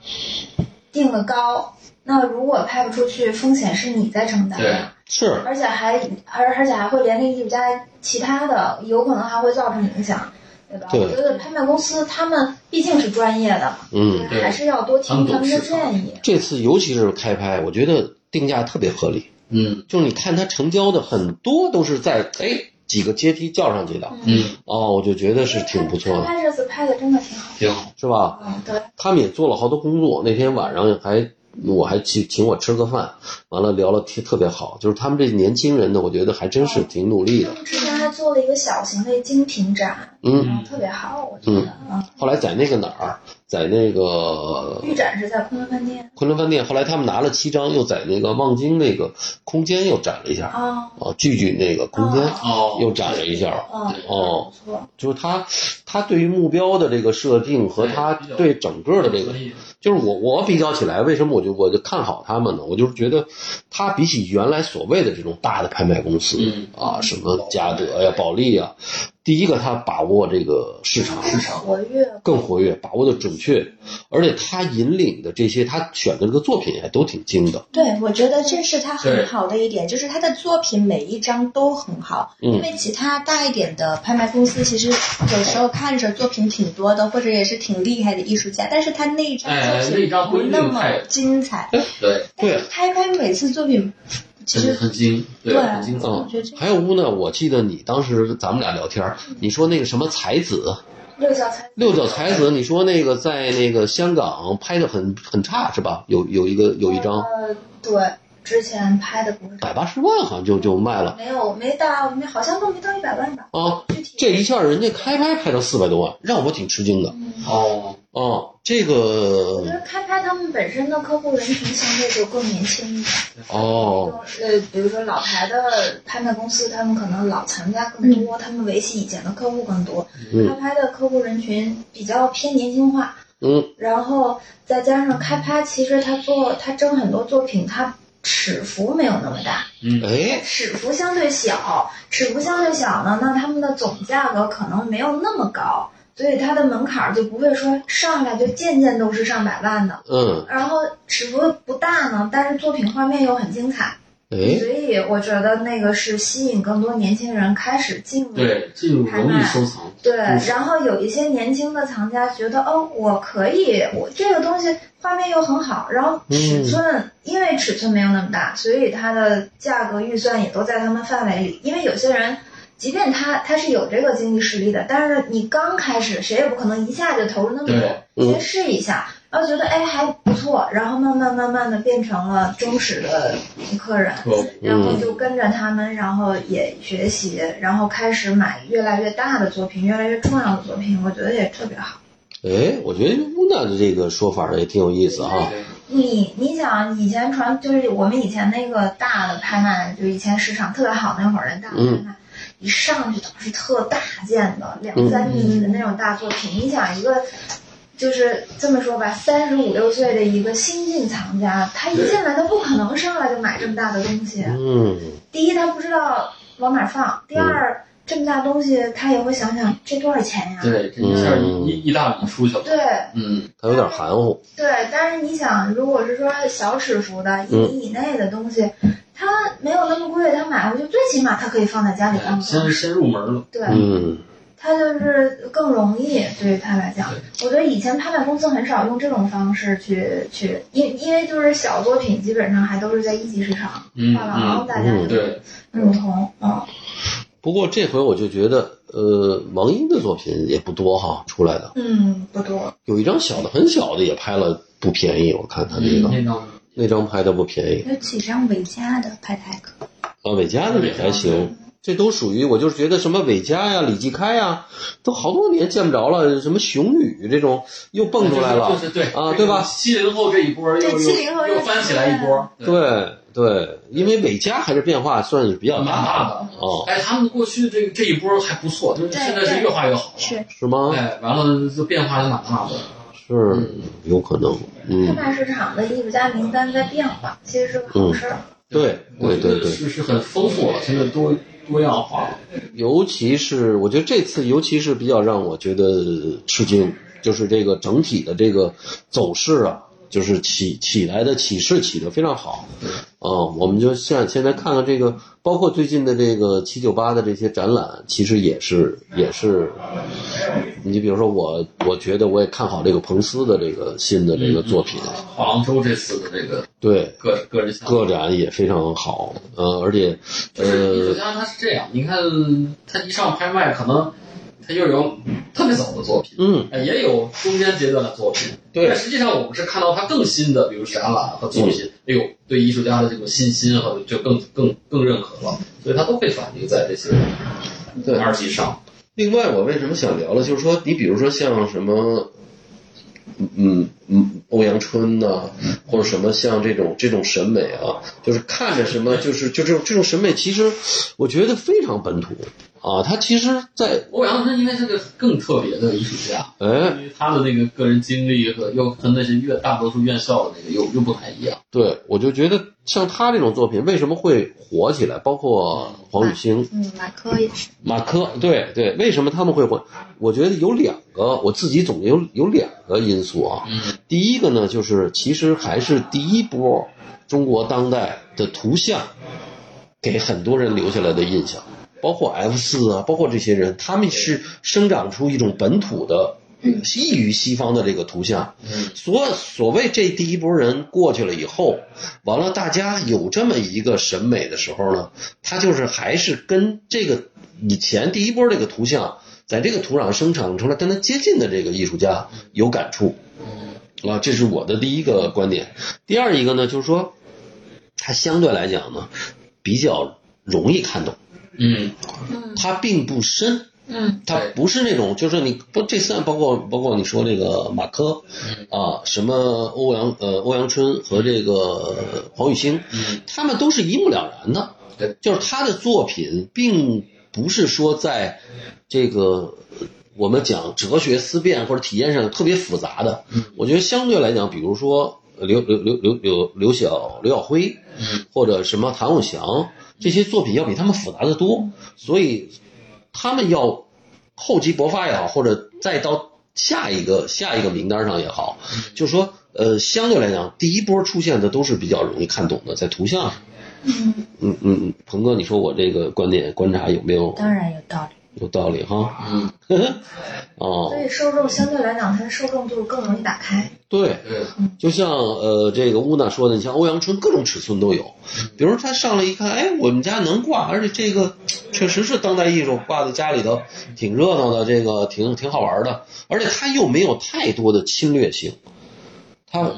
Speaker 4: 定的高，那如果拍不出去，风险是你在承担
Speaker 2: 对
Speaker 4: 的，
Speaker 1: 是，
Speaker 4: 而且还而而且还会连累艺术家其他的，有可能还会造成影响。对吧？
Speaker 1: 对
Speaker 4: 我觉得拍卖公司他们毕竟是专业的，
Speaker 1: 嗯，
Speaker 4: 就是还是要多听
Speaker 2: 对
Speaker 4: 他们的
Speaker 2: 他们
Speaker 4: 建议。
Speaker 1: 这次尤其是开拍，我觉得定价特别合理。
Speaker 2: 嗯
Speaker 1: 就是你看它成交的很多都是在哎几个阶梯叫上去的，
Speaker 2: 嗯，
Speaker 1: 哦，我就觉得是挺不错
Speaker 4: 他
Speaker 1: 的，
Speaker 4: 嗯拍这次拍的真的挺好。
Speaker 2: 挺好，
Speaker 1: 是吧？
Speaker 4: 嗯，对，
Speaker 1: 他们也做了好多工作，那天晚上还。我还请请我吃个饭，完了聊了特特别好，就是他们这年轻人呢，我觉得还真是挺努力
Speaker 4: 他
Speaker 1: 的。
Speaker 4: 们之前还做了一个小型的精品展，
Speaker 1: 嗯，
Speaker 4: 然后特别好，我觉得。嗯
Speaker 1: 后来在那个哪儿，在那个
Speaker 4: 预展是在昆仑饭店
Speaker 1: 昆仑饭店，后来他们拿了七张，又在那个望京那个空间又展了一下，
Speaker 4: 啊，
Speaker 1: 啊，聚聚那个空间
Speaker 4: 哦
Speaker 2: 哦，
Speaker 1: 又展了一下，
Speaker 4: 嗯，
Speaker 1: 哦
Speaker 4: 不错，
Speaker 1: 就是他他对于目标的这个设定和他
Speaker 2: 对比较
Speaker 1: 对整个的这个
Speaker 2: 所，以
Speaker 1: 就是我我比较起来，为什么我就我就看好他们呢？我就是觉得他比起原来所谓的这种大的拍卖公司、
Speaker 2: 嗯
Speaker 1: 啊，什么嘉德呀、保利呀，第一个他把握这个市场。
Speaker 2: 场
Speaker 4: 活跃，
Speaker 1: 更活跃，把握的准确，而且他引领的这些，他选的这个作品也都挺精的。
Speaker 3: 对，我觉得这是他
Speaker 2: 对
Speaker 3: 很好的一点，就是他的作品每一张都很好。
Speaker 1: 嗯
Speaker 3: 因为其他大一点的拍卖公司，其实有时候看着作品挺多的，或者也是挺厉害的艺术家，但是他那一张
Speaker 2: 哎
Speaker 3: 作
Speaker 2: 那一
Speaker 3: 品
Speaker 2: 张不
Speaker 3: 不
Speaker 2: 一定
Speaker 3: 那么
Speaker 2: 太
Speaker 3: 精彩。
Speaker 1: 哎
Speaker 2: 对，
Speaker 3: 但
Speaker 1: 对
Speaker 3: 是，拍拍每次作品，其
Speaker 2: 很
Speaker 3: 实
Speaker 2: 很精，对，
Speaker 3: 对
Speaker 2: 很精彩。
Speaker 3: 我
Speaker 1: 嗯
Speaker 3: 觉得这，
Speaker 1: 还有乌呢，我记得你当时咱们俩聊天儿，你说那个什么才子，
Speaker 4: 六小才
Speaker 1: 六角才子，你说那个在那个香港拍的很很差是吧？有有一个有一张
Speaker 4: 呃，对，之前拍的不是
Speaker 1: 百八十万，好像就就卖了
Speaker 4: 没有没到没好像都没到一百万吧，
Speaker 1: 啊。
Speaker 4: 具体
Speaker 1: 这一下人家开拍拍到四百多万，让我挺吃惊的
Speaker 4: 嗯。
Speaker 2: 哦，
Speaker 1: 啊。这
Speaker 4: 我
Speaker 1: 个
Speaker 4: 觉得开拍他们本身的客户人群相对就更年轻一点。
Speaker 1: 哦，
Speaker 4: 呃，比如说老牌的拍卖公司，他们可能老藏家更多，他们维系以前的客户更多。
Speaker 1: 嗯
Speaker 4: 开拍的客户人群比较偏年轻化，
Speaker 1: 嗯
Speaker 4: 然后再加上开拍，其实他做他争很多作品，他尺幅没有那么大，
Speaker 2: 嗯，
Speaker 1: 哎
Speaker 4: 尺幅相对小，尺幅相对小呢，那他们的总价格可能没有那么高，所以它的门槛儿就不会说上来就件件都是上百万的。
Speaker 1: 嗯
Speaker 4: 然后尺幅不大呢，但是作品画面又很精彩。
Speaker 1: 哎
Speaker 4: 所以我觉得那个是吸引更多年轻人开始进入。
Speaker 2: 对，进入容易收藏，
Speaker 4: 对
Speaker 2: 嗯
Speaker 4: 然后有一些年轻的藏家觉得，哦，我可以，我这个东西画面又很好，然后尺寸、因为尺寸没有那么大，所以它的价格预算也都在他们范围里。因为有些人，即便他他是有这个经济实力的，但是你刚开始，谁也不可能一下就投入那么
Speaker 2: 对嗯
Speaker 4: 多，先试一下。然后觉得哎还不错，然后慢慢慢慢的变成了忠实的客人，
Speaker 2: 我
Speaker 1: 嗯
Speaker 4: 然后就跟着他们，然后也学习，然后开始买越来越大的作品，越来越重要的作品，我觉得也特别好。
Speaker 1: 哎，我觉得乌娜的这个说法也挺有意思啊。
Speaker 2: 对
Speaker 4: 你你想以前传就是我们以前那个大的拍卖，就以前市场特别好那会儿的大的拍卖，一上去都是特大件的，两三米的那种大作品。你想一个。就是这么说吧，三十五六岁的一个新晋藏家，他一进来，他不可能上来就买这么大的东西。
Speaker 1: 嗯
Speaker 4: 第一，他不知道往哪儿放；第二，这么大东西，他也会想想这多少钱呀？
Speaker 2: 对，这一下
Speaker 1: 嗯
Speaker 2: 一一大笔出去了，
Speaker 4: 对
Speaker 2: 嗯，
Speaker 1: 它有点含糊。
Speaker 4: 对但是你想，如果是说小尺幅的
Speaker 2: 嗯
Speaker 4: 一米以内的东西，它没有那么贵，他买回去最起码他可以放在家里办
Speaker 2: 哎先是先入门了，
Speaker 4: 对，
Speaker 1: 嗯
Speaker 4: 它就是更容易对于他来讲。我觉得以前拍卖公司很少用这种方式去去，因因为就是小作品基本上还都是在一级市场
Speaker 2: 嗯
Speaker 4: 画廊，
Speaker 2: 嗯，
Speaker 4: 大家
Speaker 1: 嗯
Speaker 2: 对，
Speaker 4: 有同啊，
Speaker 1: 不过这回我就觉得，呃，王英的作品也不多哈，出来的
Speaker 4: 嗯，不多，
Speaker 1: 有一张小的很小的也拍了不便宜，我看他那
Speaker 2: 嗯
Speaker 1: 个、
Speaker 2: 那张
Speaker 1: 那张拍的不便宜，
Speaker 3: 有几张维嘉的拍拍课，
Speaker 1: 啊，伟嘉的也还行，这都属于我就是觉得什么伟嘉呀、李继开呀，都好多年见不着了，什么熊女这种又蹦出来了，
Speaker 2: 就是就是对
Speaker 1: 啊对吧
Speaker 2: 七零后这一波又
Speaker 3: 对
Speaker 2: 又
Speaker 3: 70后
Speaker 2: 又
Speaker 3: 又
Speaker 2: 翻起来一波，
Speaker 1: 对对，因为伟嘉还是变化算是比较
Speaker 2: 蛮
Speaker 1: 大
Speaker 2: 大
Speaker 1: 的，
Speaker 2: 的。
Speaker 1: 哦，
Speaker 2: 哎，他们过去这这一波还不错，就是
Speaker 3: 对
Speaker 2: 现在是越画越好。
Speaker 3: 是
Speaker 1: 是吗？
Speaker 2: 哎，完了这变化也蛮大的。
Speaker 1: 是有可能，
Speaker 4: 拍
Speaker 1: 嗯，
Speaker 4: 卖市场的艺术家名单在变化，其实是个好事儿。
Speaker 1: 对
Speaker 2: 我
Speaker 1: 对
Speaker 2: 觉得
Speaker 1: 对对。
Speaker 2: 是是很丰富了，现在多多样化了。
Speaker 1: 尤其是我觉得这次，尤其是比较让我觉得吃惊，就是这个整体的这个走势啊，就是起起来的起势起得非常好。啊、我们就现现在看看这个，包括最近的这个七九八的这些展览，其实也是也是，你比如说我，我觉得我也看好这个彭斯的这个新的这个作品，
Speaker 2: 画廊周这次的这个
Speaker 1: 对。
Speaker 2: 个个人项目
Speaker 1: 个展也非常好，呃，而且，
Speaker 2: 就是艺术
Speaker 1: 呃，
Speaker 2: 家他是这样，你看他一上拍卖，可能他又有特别早的作品，
Speaker 1: 嗯，
Speaker 2: 哎也有中间阶段的作品，
Speaker 1: 对
Speaker 2: 但实际上我们是看到他更新的，比如展览和作
Speaker 1: 嗯
Speaker 2: 品，哎呦，对艺术家的这种信心和就更更更认可了，所以他都会反映在这些
Speaker 1: 对
Speaker 2: 二级上。
Speaker 1: 另外，我为什么想聊了？就是说，你比如说像什么嗯嗯欧阳春呐、或者什么像这种这种审美啊，就是看着什么就是就这种这种审美，其实我觉得非常本土啊，它其实在
Speaker 2: 欧阳春应该是个更特别的艺术家，
Speaker 1: 哎
Speaker 2: 因为他的那个个人经历和又和那些院大多数院校的那个又又不太一样。
Speaker 1: 对，我就觉得像他这种作品为什么会火起来？包括黄雨荨、
Speaker 3: 嗯，马克也是，
Speaker 1: 马克，对对，为什么他们会火？我觉得有两个，我自己总结有有两个因素啊。
Speaker 2: 嗯
Speaker 1: 第一个呢，就是其实还是第一波中国当代的图像给很多人留下来的印象，包括 F 四啊，包括这些人，他们是生长出一种本土的。异于西方的这个图像，
Speaker 2: 嗯，
Speaker 1: 所所谓这第一波人过去了以后，完了大家有这么一个审美的时候呢，他就是还是跟这个以前第一波这个图像，在这个土壤生长出来跟他接近的这个艺术家有感触啊，这是我的第一个观点。第二一个呢，就是说，它相对来讲呢，比较容易看懂，
Speaker 2: 嗯
Speaker 5: 嗯
Speaker 1: 它并不深。
Speaker 5: 嗯
Speaker 1: 它
Speaker 2: 对
Speaker 1: 不是那种，就是你不这三包括包括你说这个马科
Speaker 2: 嗯
Speaker 1: 啊，什么欧阳呃欧阳春和这个呃黄雨荨，
Speaker 2: 嗯
Speaker 1: 他们都是一目了然的，
Speaker 2: 对，
Speaker 1: 就是他的作品并不是说在这个呃我们讲哲学思辨或者体验上特别复杂的，
Speaker 2: 嗯
Speaker 1: 我觉得相对来讲，比如说呃刘刘刘刘刘刘晓刘晓辉，
Speaker 2: 嗯
Speaker 1: 或者什么谭咏祥这些作品要比他们复杂的多，所以他们要厚积薄发也好，或者再到下一个下一个名单上也好，就是说呃，相对来讲，第一波出现的都是比较容易看懂的，在图像上。
Speaker 4: 嗯，
Speaker 1: 嗯嗯，鹏哥，你说我这个观点观察有没有
Speaker 3: 当然有道理。
Speaker 1: 有道理哈？
Speaker 2: 嗯，
Speaker 1: 哦
Speaker 4: 所，以受众相对来讲，它的受众就更容易打开。
Speaker 1: 对，
Speaker 2: 对，
Speaker 1: 就像呃，这个乌娜说的，你像欧阳春各种尺寸都有，比如他上来一看，哎，我们家能挂，而且这个确实是当代艺术，挂在家里头挺热闹的，这个挺挺好玩的，而且他又没有太多的侵略性。他、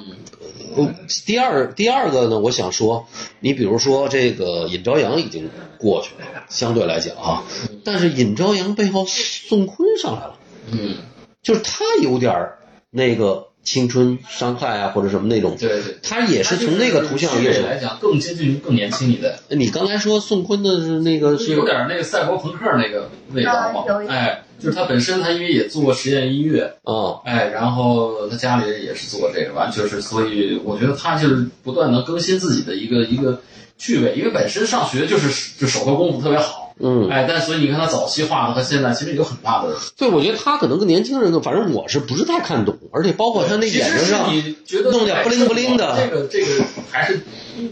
Speaker 1: 呃第二第二个呢，我想说，你比如说这个尹朝阳已经过去了，相对来讲啊，但是尹朝阳背后宋坤上来了。
Speaker 2: 嗯
Speaker 1: 就是他有点儿那个青春伤害啊，或者什么那种。
Speaker 2: 对对。
Speaker 1: 他也是从那个图像
Speaker 2: 区
Speaker 1: 也
Speaker 2: 别
Speaker 1: 是。
Speaker 2: 来讲，更接近于更年轻一代，
Speaker 1: 你刚才说宋坤的是那个
Speaker 2: 就是
Speaker 1: 是
Speaker 2: 有点那个赛博朋克那个味道嘛
Speaker 4: 啊有一。点
Speaker 2: 哎，就是他本身他因为也做过实验音乐，
Speaker 1: 啊，
Speaker 2: 哎，然后他家里人也是做这个，完就是，所以我觉得他就是不断的更新自己的一个一个趣味，因为本身上学就是就手头功夫特别好，
Speaker 1: 嗯，
Speaker 2: 哎，但所以你看他早期画的和现在其实有很大的，
Speaker 1: 对，我觉得他可能跟年轻人，反正我是不是太看懂，而且包括他那眼睛上
Speaker 2: 其实是你觉得
Speaker 1: 弄点
Speaker 2: 哎
Speaker 1: 不灵不灵的
Speaker 2: 这个这个还是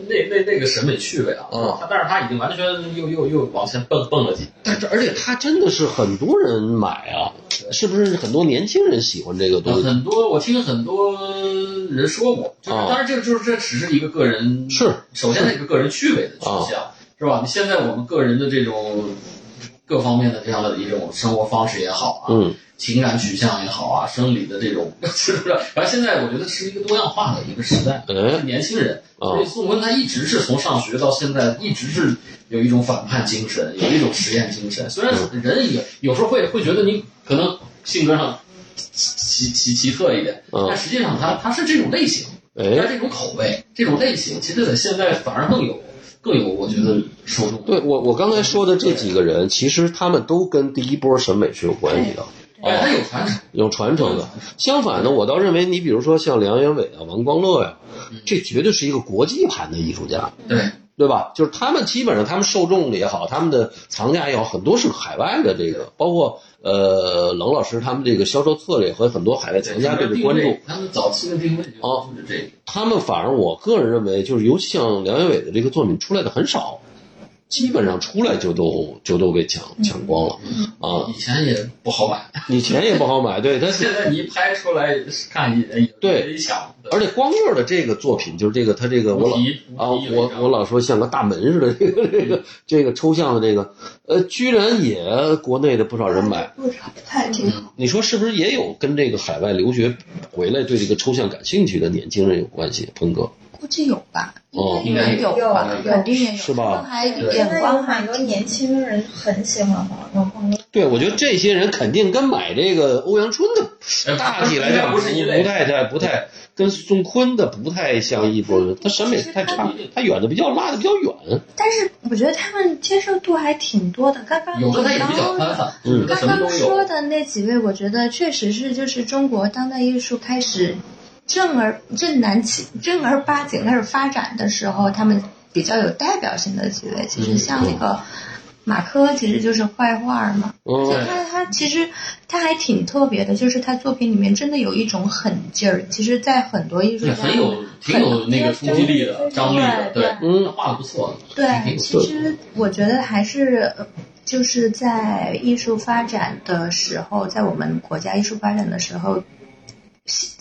Speaker 2: 那那那个审美趣味啊，
Speaker 1: 嗯
Speaker 2: 他但是他已经完全又又又往前蹦蹦了几，
Speaker 1: 但是而且他真的是很多人买啊，是不是很多年轻人喜欢这个东西？
Speaker 2: 呃很多我听很多人说过，就是
Speaker 1: 啊
Speaker 2: 当然这个就是这只是一个个人
Speaker 1: 是，哦
Speaker 2: 首先它一个个人趣味的取向，是吧？你现在我们个人的这种各方面的这样的一种生活方式也好啊，
Speaker 1: 嗯，
Speaker 2: 情感取向也好啊，生理的这种 是不是？反正现在我觉得是一个多样化的一个时代，
Speaker 1: 哎
Speaker 2: 是，年轻人。
Speaker 1: 啊
Speaker 2: 所以宋文他一直是从上学到现在，一直是有一种反叛精神，有一种实验精神。虽然
Speaker 1: 嗯
Speaker 2: 人也有时候会会觉得你可能性格上奇奇奇特一点，
Speaker 1: 嗯
Speaker 2: 但实际上他他是这种类型。但
Speaker 1: 哎，
Speaker 2: 这种口味、这种类型，其实在现在反而更有更有，我觉得受众。
Speaker 1: 对我我刚才说的这几个人，其实他们都跟第一波审美是有关系的。
Speaker 2: 哎，它有传承。
Speaker 1: 有传承的。相反呢，我倒认为你比如说像梁元伟啊、王光乐呀、这绝对是一个国际盘的艺术家，
Speaker 3: 嗯
Speaker 2: 对，
Speaker 1: 对吧？就是他们基本上他们受众也好，他们的藏家也好，很多是海外的这个，包括呃冷老师他们这个销售策略和很多海外藏家这个哦关注。
Speaker 2: 他们早期的定位就就是这个。
Speaker 1: 他们反而我个人认为，就是尤其像梁元伟的这个作品出来的很少，基本上出来就都就都给抢抢光了啊！
Speaker 2: 以前也不 好买，
Speaker 1: 你钱也不好买，对，但是
Speaker 2: 现在你一拍出来看一眼，
Speaker 1: 对
Speaker 2: 一抢，
Speaker 1: 而且光乐的这个作品，就是这个他这个我老
Speaker 2: 无敌
Speaker 1: 啊，
Speaker 2: 无敌有一
Speaker 1: 我
Speaker 2: 张
Speaker 1: 我老说像个大门似的，这个这个这个抽象的这个，呃，居然也国内的不少人买，
Speaker 4: 不少太这个，
Speaker 1: 嗯你说是不是也有跟这个海外留学回来对这个抽象感兴趣的年轻人有关系？鹏哥，
Speaker 3: 估计有吧，
Speaker 1: 哦
Speaker 3: 应该有吧，
Speaker 4: 有
Speaker 3: 肯定也有，
Speaker 1: 是吧
Speaker 3: 他们还
Speaker 2: 对
Speaker 3: 眼
Speaker 4: 现在有
Speaker 3: 光
Speaker 4: 很
Speaker 3: 还
Speaker 4: 多
Speaker 3: 挺
Speaker 4: 年轻人很喜欢黄黄光裕，
Speaker 1: 对，我觉得这些人肯定跟买这个欧阳春的大体来讲
Speaker 2: 不是一类
Speaker 1: 不太太不太跟宋坤的不太像一拨人，他审美太差，他远的比较拉的比较远。
Speaker 3: 但是我觉得他们接受度还挺多的。刚刚
Speaker 2: 有
Speaker 3: 你
Speaker 2: 的他也比较
Speaker 3: 刚
Speaker 2: 宽泛，就是他什么
Speaker 3: 哦刚
Speaker 2: 都
Speaker 3: 刚说
Speaker 2: 有。
Speaker 3: 的那几位，我觉得确实是就是中国当代艺术开始正儿正南起正儿八经开始发展的时候，他们比较有代表性的几位。
Speaker 2: 嗯
Speaker 3: 其实像那个马科，其实就是画画嘛，所以
Speaker 1: 嗯，
Speaker 3: 他他其实他还挺特别的，就是他作品里面真的有一种狠劲儿。其实，在很多艺术
Speaker 2: 也
Speaker 3: 家
Speaker 2: 很有，挺有那个冲击力的、张力的，对，
Speaker 1: 嗯
Speaker 2: 他画的不错，
Speaker 3: 对，其实我觉得还是呃就是在艺术发展的时候，在我们国家艺术发展的时候，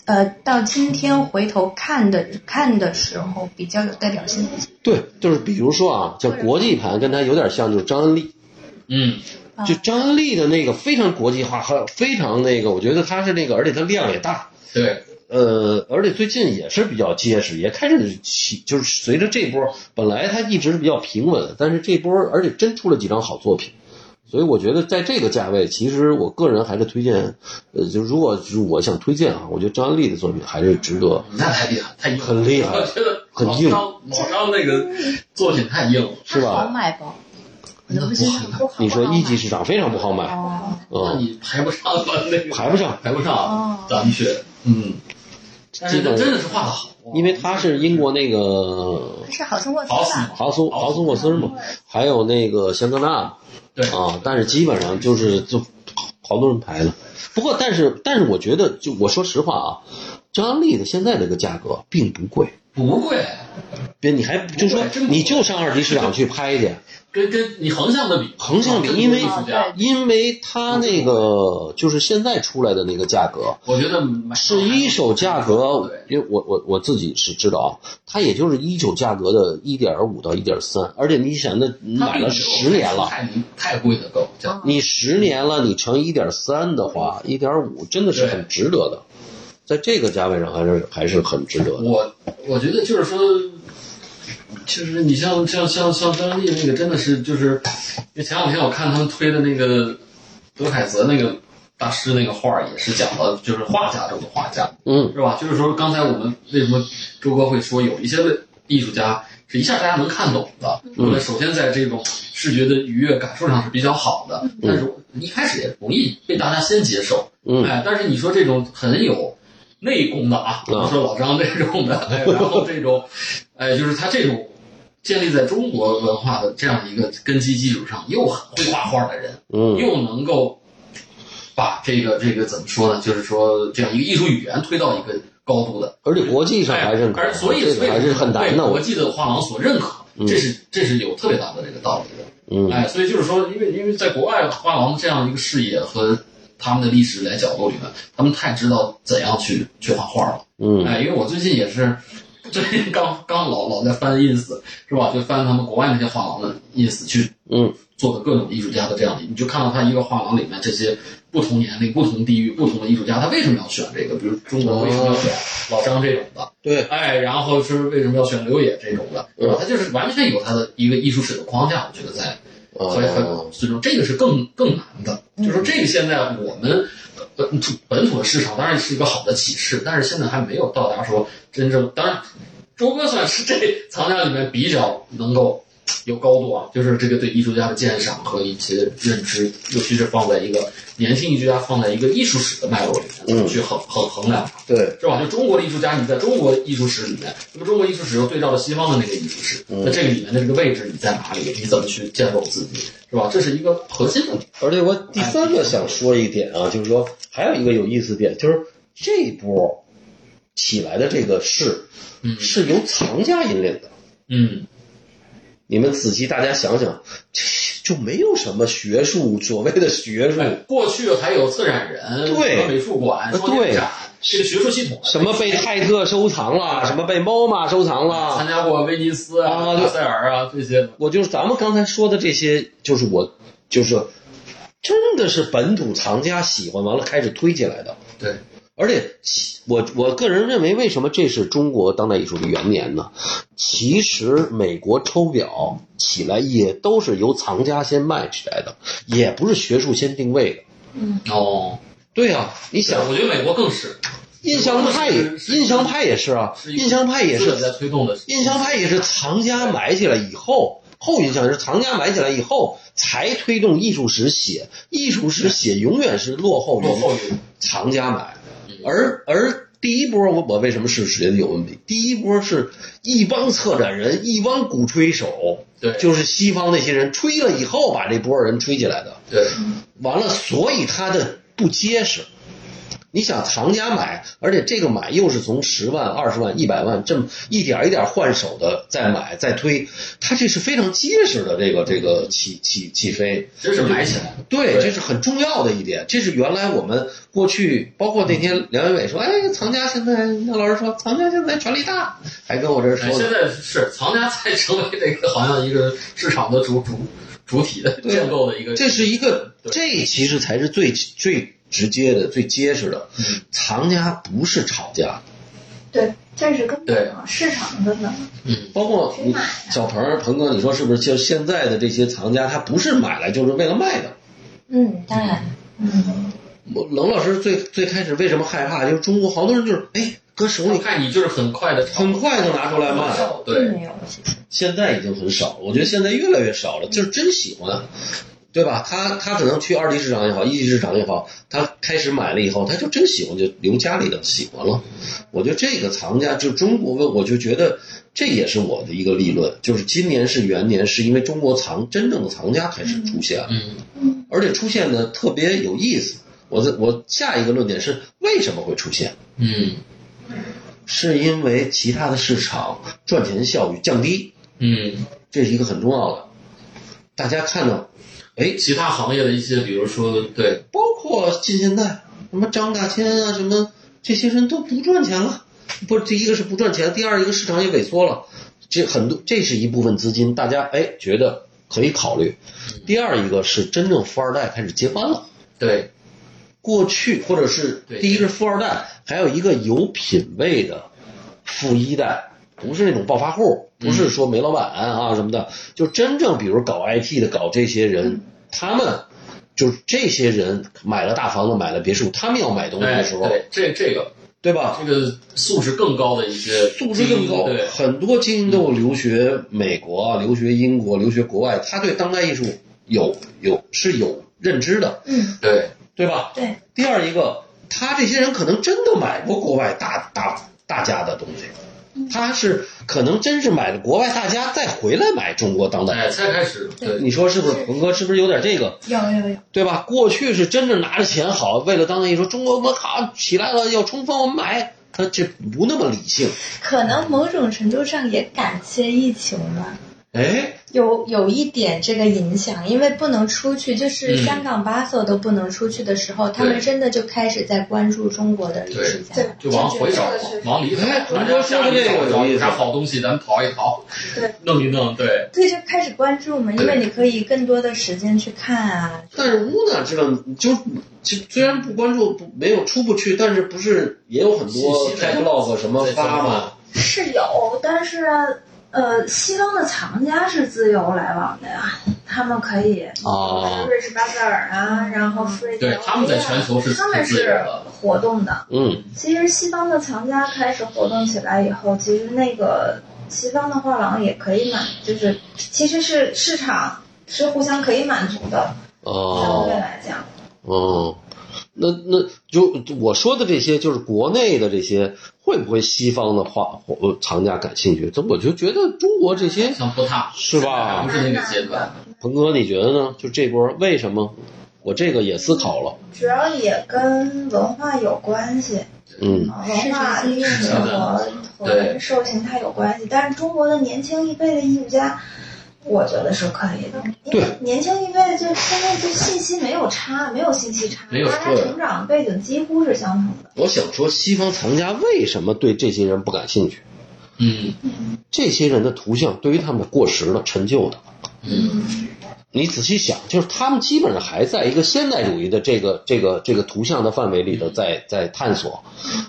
Speaker 3: 呃，到今天回头看的看的时候，比较有代表性的。
Speaker 1: 对，就是比如说啊，像国际盘跟他有点像，就是张恩利，
Speaker 2: 嗯，
Speaker 3: 啊
Speaker 1: 就张恩利的那个非常国际化，还有非常那个，我觉得他是那个，而且他量也大。
Speaker 2: 对，
Speaker 1: 呃，而且最近也是比较结实，也开始起，就是随着这波，本来它一直是比较平稳，但是这波而且真出了几张好作品，所以我觉得在这个价位，其实我个人还是推荐，呃，就如果是我想推荐啊，我觉得张安利的作品还是值得，
Speaker 2: 那太厉害，太硬了，
Speaker 1: 很厉害
Speaker 2: 我觉得
Speaker 1: 很
Speaker 2: 老
Speaker 1: 硬
Speaker 2: 张老张那个作品太硬了，
Speaker 1: 是
Speaker 3: 好
Speaker 1: 吧？
Speaker 3: 买不？我都不知道
Speaker 2: 那
Speaker 3: 不好
Speaker 1: 你说一级
Speaker 3: 买
Speaker 1: 市场非常不好买，
Speaker 3: 哦
Speaker 2: 那
Speaker 1: 嗯，
Speaker 2: 你排不上吧？那个
Speaker 1: 排不上，
Speaker 2: 排不上
Speaker 3: 哦
Speaker 2: 咱们学，嗯，但是
Speaker 1: 基本
Speaker 2: 真的是画的好，啊
Speaker 1: 因为他是英国那个
Speaker 3: 不是好生活
Speaker 2: 好死
Speaker 3: 吧？
Speaker 1: 豪斯豪斯沃斯嘛，还有那个香格纳，
Speaker 2: 对
Speaker 1: 啊，但是基本上就是就好多人排了。不过，但是但是我觉得，就我说实话啊，张力的现在这个价格并不贵。
Speaker 2: 不贵，
Speaker 1: 别，你还就说
Speaker 2: 不贵真不贵
Speaker 1: 你就上二级市场去拍去，
Speaker 2: 跟跟你横向的比，
Speaker 1: 横向比
Speaker 2: 跟
Speaker 1: 因为
Speaker 2: 艺术家，
Speaker 1: 因为它那个就是现在出来的那个价格
Speaker 2: 我觉得
Speaker 1: 是一手价格
Speaker 2: 对，，
Speaker 1: 因为我我我自己是知道啊，它也就是一手价格的一点五到一点三，而且你想那买了十年了，
Speaker 2: 太太贵的够，这样
Speaker 1: 你十年了，你乘一点三的话，
Speaker 2: 嗯
Speaker 1: 一点五真的是很值得的，在这个价位上还是还是很值得的。
Speaker 2: 我我觉得就是说，就是你像像像像张译那个，真的是就是，因为前两天我看他们推的那个德凯泽那个大师那个画儿，也是讲的就是画家中的画家，
Speaker 1: 嗯，
Speaker 2: 是吧？就是说刚才我们为什么周哥会说有一些的艺术家是一下大家能看懂的，我们首先在这种视觉的愉悦感受上是比较好的，但是一开始也容易被大家先接受，
Speaker 1: 嗯
Speaker 2: 哎，但是你说这种很有。内功的啊，比
Speaker 1: 嗯
Speaker 2: 如说老张这种的，哎然后这种，哎，就是他这种建立在中国文化的这样一个根基基础上，又很会画画的人，
Speaker 1: 嗯
Speaker 2: 又能够把这个这个怎么说呢？就是说这样一个艺术语言推到一个高度的，哎
Speaker 1: 而且国际上还认可，
Speaker 2: 而所以
Speaker 1: 这个还是很难
Speaker 2: 被
Speaker 1: 的。
Speaker 2: 国
Speaker 1: 我
Speaker 2: 际的画廊所认可，这是这是有特别大的这个道理的。
Speaker 1: 嗯
Speaker 2: 哎，所以就是说，因为因为在国外画廊这样一个视野和他们的历史来角度里面，他们太知道怎样去去画画了。
Speaker 1: 嗯
Speaker 2: 哎，因为我最近也是， 最近刚刚老老在翻 ins 是吧？就翻他们国外那些画廊的 ins 去
Speaker 1: 嗯
Speaker 2: 做的各种艺术家的这样的，你就看到他一个画廊里面这些不同年龄、不同地域、不同的艺术家，他为什么要选这个？比如中国为什么要选老张这种的？
Speaker 1: 对
Speaker 2: 哎，然后是为什么要选刘野这种的？对
Speaker 1: 嗯
Speaker 2: 吧？他就是完全有他的一个艺术史的框架，我觉得在。所以
Speaker 1: 哦
Speaker 2: 很最终这个是更更难的，就是说这个现在我们呃本土本土的市场当然是一个好的启示，但是现在还没有到达说真正，当然周哥算是这藏家里面比较能够有高度啊，就是这个对艺术家的鉴赏和一些认知，尤其是放在一个年轻艺术家放在一个艺术史的脉络里面、
Speaker 1: 嗯
Speaker 2: 去衡衡衡量它。
Speaker 1: 对
Speaker 2: 是吧？就中国的艺术家，你在中国艺术史里面，那么中国艺术史又对照了西方的那个艺术史，
Speaker 1: 嗯
Speaker 2: 那这个里面的这个位置你在哪里？你怎么去建构自己？是吧？这是一个核心的问题。
Speaker 1: 而且我第三个想说一点啊，就是说还有一个有意思点，就是这一波起来的这个势，
Speaker 2: 嗯
Speaker 1: 是由藏家引领的。
Speaker 2: 嗯，
Speaker 1: 你们仔细大家想想，这就没有什么学术所谓的学术，
Speaker 2: 哎，过去还有策展人，
Speaker 1: 对呃
Speaker 2: 说美术馆，说
Speaker 1: 对
Speaker 2: 这个展，这个学术系统
Speaker 1: 什么被泰特收藏 了，什么被猫妈收藏
Speaker 2: 啊参
Speaker 1: 了。
Speaker 2: 加过威尼斯
Speaker 1: 啊
Speaker 2: 啊、
Speaker 1: 对
Speaker 2: 巴塞尔啊这些的，
Speaker 1: 我就是咱们刚才说的这些，就是我，就是真的是本土藏家喜欢完了开始推起来的，
Speaker 2: 对，
Speaker 1: 而且其我我个人认为，为什么这是中国当代艺术的元年呢？其实美国抽表起来也都是由藏家先卖起来的，也不是学术先定位的。
Speaker 4: 嗯
Speaker 2: 哦，
Speaker 1: 对啊，你
Speaker 2: 想
Speaker 1: 想，
Speaker 2: 我觉得美国更是，
Speaker 1: 印象派也
Speaker 2: 是
Speaker 1: 印象派也是啊，
Speaker 2: 是一个
Speaker 1: 印象派也
Speaker 2: 资本
Speaker 1: 是
Speaker 2: 在推动的，
Speaker 1: 印象派也是藏家买起来以后，后印象也是藏家买起来以后才推动艺术史写，艺术史写永远是落后于
Speaker 2: 落后于
Speaker 1: 藏家买
Speaker 2: 嗯，
Speaker 1: 而而第一波我我为什么是觉得有问题？第一波是一帮策展人，一帮鼓吹手，
Speaker 2: 对，
Speaker 1: 就是西方那些人吹了以后把这波人吹起来的，
Speaker 2: 对，
Speaker 1: 完了，所以他的不结实。你想藏家买，而且这个买又是从十万、二十万、一百万这么一点儿一点儿换手的再买再推，他这是非常结实的这个这个起起起飞。
Speaker 2: 真是买起来了，
Speaker 1: 对，
Speaker 2: 对
Speaker 1: 这是很重要的一点。这是原来我们过去，包括那
Speaker 2: 嗯
Speaker 1: 天梁元伟说：“哎，藏家现在，那老师说藏家现在权力大。”还跟我这儿
Speaker 2: 哎
Speaker 1: 说
Speaker 2: 现
Speaker 1: 呢，
Speaker 2: 在是藏家才成为这个好像一个市场的主主主体的
Speaker 1: 对
Speaker 2: 建构的一个，
Speaker 1: 这是一个，
Speaker 2: 对
Speaker 1: 这其实才是最最直接的、最结实的。
Speaker 2: 嗯
Speaker 1: 藏家不是炒家，
Speaker 4: 对，这是根
Speaker 2: 对
Speaker 4: 本啊，市场的根本。
Speaker 2: 嗯，
Speaker 1: 包括
Speaker 4: 谁
Speaker 1: 你
Speaker 4: 买呀
Speaker 1: 小鹏儿、鹏哥，你说是不是？就现在的这些藏家，他不是买来就是为了卖的。
Speaker 3: 嗯，当然，嗯，
Speaker 1: 我冷老师最最开始为什么害怕？就是中国好多人就是哎，搁手
Speaker 2: 我
Speaker 1: 里
Speaker 2: 看你就是很快的，
Speaker 1: 很快就拿出来卖。
Speaker 2: 对
Speaker 3: 并，没有，其实，
Speaker 1: 现在已经很少，我觉得现在越来越少了，就是真喜欢，对吧？他他可能去二级市场也好，一级市场也好，他开始买了以后，他就真喜欢，就留家里的喜欢了。我觉得这个藏家就中国的，我就觉得这也是我的一个立论，就是今年是元年，是因为中国藏真正的藏家开始出现了，
Speaker 2: 嗯，
Speaker 1: 而且出现的特别有意思。我在我下一个论点是为什么会出现？
Speaker 2: 嗯
Speaker 1: 是因为其他的市场赚钱效率降低。
Speaker 2: 嗯，
Speaker 1: 这是一个很重要的。大家看到，哎，
Speaker 2: 其他行业的一些，比如说对，
Speaker 1: 包括近现代，什么张大千啊，什么这些人都不赚钱了，不是，第一个是不赚钱，第二一个市场也萎缩了，这很多，这是一部分资金，大家哎觉得可以考虑。第二一个是真正富二代开始接班了。
Speaker 2: 对，
Speaker 1: 过去或者是
Speaker 2: 对
Speaker 1: 第一个是富二代，还有一个有品位的富一代，不是那种暴发户，
Speaker 2: 嗯
Speaker 1: 不是说煤老板啊什么的，就真正比如搞 IT 的、搞这些
Speaker 2: 嗯
Speaker 1: 人，他们就是这些人买了大房子、买了别墅，他们要买东西
Speaker 2: 哎，
Speaker 1: 的时候，
Speaker 2: 对，这这个
Speaker 1: 对吧？
Speaker 2: 这个素质更高的一些
Speaker 1: 素质更高
Speaker 2: 精英对，，
Speaker 1: 很多精英都有留学美国啊、留学英国、留学国外，他对当代艺术有有是有认知的，
Speaker 3: 嗯，
Speaker 2: 对，
Speaker 1: 对吧？
Speaker 3: 对，
Speaker 1: 第二一个，他这些人可能真的买过国外大大大家的东西，他是可能真是买了国外大家再回来买中国当代。
Speaker 2: 哎，才开始，对，
Speaker 1: 你说是不是？
Speaker 3: 是
Speaker 1: 鹏哥是不是有点这个，
Speaker 3: 有有有，
Speaker 1: 对吧？过去是真正拿着钱好，为了当代艺术，中国我靠起来了要冲锋，我们买。他这不那么理性，
Speaker 3: 可能某种程度上也感谢疫情吧。
Speaker 1: 哎，
Speaker 3: 有有一点这个影响，因为不能出去，就是
Speaker 2: 嗯
Speaker 3: 香港巴索都不能出去的时候，他们真的就开始在关注中国的艺术
Speaker 4: 对
Speaker 3: 家。，
Speaker 2: 就往回找
Speaker 4: 这个是，
Speaker 2: 往里找
Speaker 1: 哎，
Speaker 2: 大
Speaker 1: 你说
Speaker 2: 家
Speaker 1: 说的
Speaker 2: 家
Speaker 1: 这
Speaker 2: 里
Speaker 1: 个有
Speaker 2: 找找
Speaker 1: 意
Speaker 2: 有
Speaker 1: 思
Speaker 2: 啥好东西，咱刨一刨，
Speaker 4: 对，
Speaker 2: 弄一弄，对，
Speaker 3: 对，就开始关注嘛，因为你可以更多的时间去看啊。
Speaker 1: 但是乌娜知道，就就虽然不关注，不没有出不去，但是不是也有很多
Speaker 2: 信息
Speaker 1: t
Speaker 2: 在
Speaker 1: e blog 什么
Speaker 2: 在
Speaker 1: 发
Speaker 2: 中国
Speaker 1: 嘛？
Speaker 4: 是有，但是呃，西方的藏家是自由来往的呀，他们可以，
Speaker 1: 啊，
Speaker 4: 瑞士巴塞尔啊，然后弗瑞德
Speaker 2: 哦嗯对他们在全球是
Speaker 4: 他们
Speaker 2: 自由
Speaker 4: 是
Speaker 2: 的
Speaker 4: 活动的。
Speaker 1: 嗯，
Speaker 4: 其实西方的藏家开始活动起来以后，其实那个西方的画廊也可以满，就是其实是市场是互相可以满足的，相对
Speaker 1: 哦，
Speaker 4: 来讲。
Speaker 1: 哦，那那就我说的这些，就是国内的这些，会不会西方的画呃藏家感兴趣？这我就觉得中国这些，
Speaker 2: 像不踏
Speaker 1: 是吧
Speaker 2: 还不是那个阶段，
Speaker 1: 鹏哥你觉得呢？就这波为什么？我这个也思考了，
Speaker 4: 主要也跟文化有关系，
Speaker 1: 嗯
Speaker 4: 文化历史和和受形态有关系。但是中国的年轻一辈的艺术家，我觉得是可以的，因为
Speaker 1: 对
Speaker 4: 年轻一辈就现在就信息没有差，没有信息差，
Speaker 2: 没有
Speaker 4: 大家
Speaker 1: 对
Speaker 4: 成长背景几乎是相同的。
Speaker 1: 我想说西方藏家为什么对这些人不感兴趣？
Speaker 2: 嗯
Speaker 1: 这些人的图像对于他们的过时了、陈旧的，
Speaker 2: 嗯，
Speaker 1: 你仔细想，就是他们基本上还在一个现代主义的这个这个这个图像的范围里头在在探索，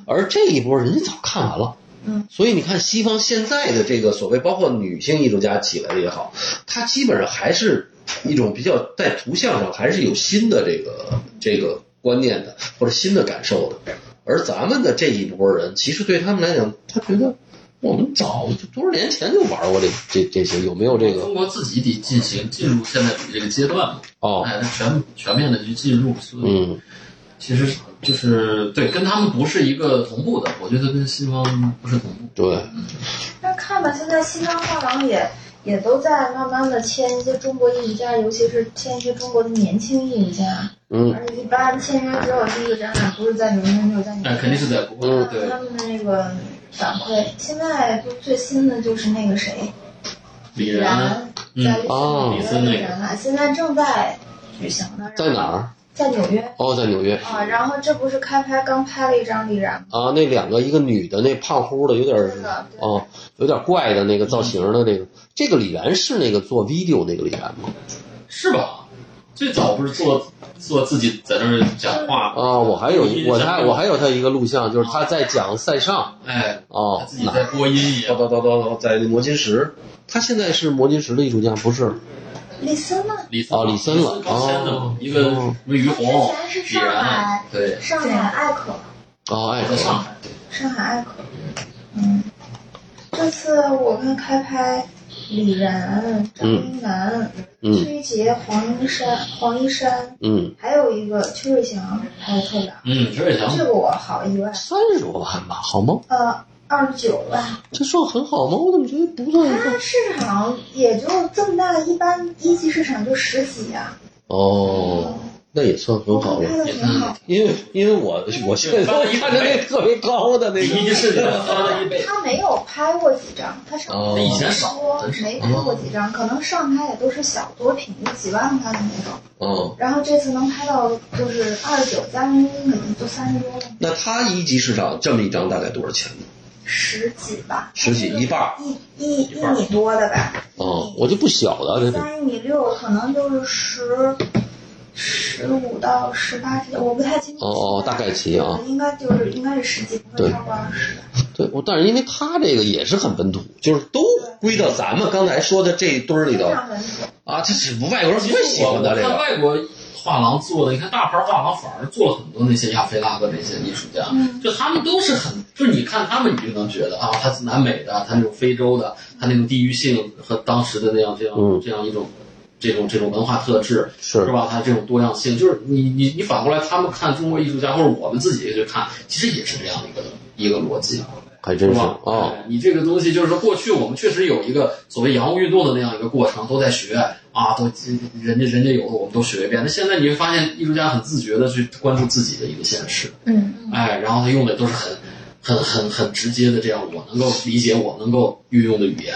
Speaker 1: 而这一波人家早看完了。
Speaker 4: 嗯，
Speaker 1: 所以你看西方现在的这个所谓包括女性艺术家起来的也好，它基本上还是一种比较在图像上还是有新的这个这个观念的或者新的感受的，而咱们的这一波人其实对他们来讲，他觉得我们早多少年前就玩过这这这些，有没有这个
Speaker 2: 中国自己得进行进入现代主义这个阶段嘛，
Speaker 1: 哦？
Speaker 2: 哎，它全全面的去进入，所以
Speaker 1: 嗯，
Speaker 2: 其实就是对，跟他们不是一个同步的，我觉得跟西方不是同步。
Speaker 1: 对，
Speaker 4: 那看吧，现在西方画廊也也都在慢慢的签一些中国艺术家，尤其是签一些中国的年轻艺术家，
Speaker 1: 嗯
Speaker 4: 而且一般签约之后第一个展览不是在伦敦就是在纽
Speaker 2: 哎，
Speaker 4: 约，
Speaker 2: 肯定是在国外
Speaker 1: 嗯，
Speaker 2: 对
Speaker 4: 他们的那个反馈，现在不最新的就是那个谁，
Speaker 2: 李
Speaker 4: 李
Speaker 2: 然，
Speaker 4: 然
Speaker 2: 嗯
Speaker 4: 在
Speaker 1: 哦
Speaker 4: 纽约的展览，现在正在举行呢，然后
Speaker 1: 在哪儿？
Speaker 4: 在纽约
Speaker 1: 哦，在纽约
Speaker 4: 啊，然后这不是开拍刚拍了一张李然吗？
Speaker 1: 啊，那两个一个女的，那胖乎的，有点
Speaker 4: 是的对
Speaker 1: 哦，有点怪的那个造型的那个，这个李然是那个做 video 那个李然吗？
Speaker 2: 是吧？最早不是做做自己在那儿讲话
Speaker 1: 啊，我还有我还我还有他一个录像，就是他在讲塞尚
Speaker 2: 哎，他
Speaker 1: 哦，
Speaker 2: 自己在播音一
Speaker 1: 叨
Speaker 2: 样。
Speaker 1: 叨叨叨叨，在那摩金石，他现在是摩金石的艺术家，不是？
Speaker 4: 李森呢？
Speaker 2: 李森
Speaker 1: 哦李森了
Speaker 2: 刚签的
Speaker 1: 哦
Speaker 2: 嘛，一个什么于红
Speaker 4: 他之前是
Speaker 2: 李
Speaker 4: 上
Speaker 2: 然啊
Speaker 4: 海，
Speaker 2: 对，
Speaker 4: 上海艾可，
Speaker 1: 哦，哎
Speaker 2: 我，在上海，
Speaker 4: 上海艾可，嗯，这次我看开拍李然、张一楠、
Speaker 1: 嗯
Speaker 4: 崔杰、黄一山、黄一山，
Speaker 1: 嗯，
Speaker 4: 还有一个邱瑞祥拍的特别好，
Speaker 2: 嗯，这也行。
Speaker 4: 这个我好意外，
Speaker 1: 三十多万吧，好吗？
Speaker 4: 呃，二十九吧，
Speaker 1: 这算很好吗？我怎么觉得不算很好
Speaker 4: 它市场也就这么大，一般一级市场就十几啊，
Speaker 1: 哦，那也算很好了
Speaker 4: 拍。的挺好。
Speaker 1: 因为因为我我现在看着那特别高的那
Speaker 2: 一
Speaker 1: 个，嗯
Speaker 2: 是翻了一倍，
Speaker 4: 他没有拍过几张，他上
Speaker 1: 哦
Speaker 2: 以前少
Speaker 4: 多
Speaker 2: 很少
Speaker 4: 没拍过几张，可能上拍也都是小作品，就几万块的那种。
Speaker 1: 嗯，
Speaker 4: 然后这次能拍到就是二十九加人工可能就三十多了，
Speaker 1: 那他一级市场这么一张大概多少钱呢？
Speaker 4: 十几吧，
Speaker 1: 十几一半儿
Speaker 4: 一一一
Speaker 2: 一半儿
Speaker 4: 米多的吧，
Speaker 1: 哦，我就不小的这个，
Speaker 4: 三一米六，可能就是十。十五到十八之间，我不太清楚。
Speaker 1: 哦哦大概齐啊
Speaker 4: 应该就是应该是十几，不会
Speaker 1: 对
Speaker 4: 超过二十的。
Speaker 1: 对，我但是因为他这个也是很本土，就是都归到咱们刚才说的这一堆儿里
Speaker 4: 非
Speaker 1: 头
Speaker 4: 常稳妥。
Speaker 1: 啊，这是外国人
Speaker 2: 其
Speaker 1: 不
Speaker 2: 实
Speaker 1: 会喜
Speaker 2: 我
Speaker 1: 欢的这
Speaker 2: 看
Speaker 1: 个。
Speaker 2: 外国画廊做的，你看大牌画廊反而做了很多那些亚非拉的那些艺术家，
Speaker 4: 嗯
Speaker 2: 就他们都是很，就是你看他们，你就能觉得啊，他是南美的，他那种非洲的，他那种地域性和当时的那样这样、
Speaker 1: 嗯
Speaker 2: 这样一种。这种这种文化特质
Speaker 1: 是
Speaker 2: 吧？它这种多样性，就是你你你反过来，他们看中国艺术家，或者我们自己去看，其实也是这样的一个一个逻辑。
Speaker 1: 还真
Speaker 2: 是
Speaker 1: 是
Speaker 2: 吧？
Speaker 1: 哦，
Speaker 2: 哎你这个东西就是说过去我们确实有一个所谓洋务运动的那样一个过程，都在学啊，都人家人家有的我们都学一遍。那现在你会发现，艺术家很自觉的去关注自己的一个现实，
Speaker 3: 嗯，
Speaker 2: 哎，然后他用的都是很很很很直接的这样我能够理解、我能够运用的语言，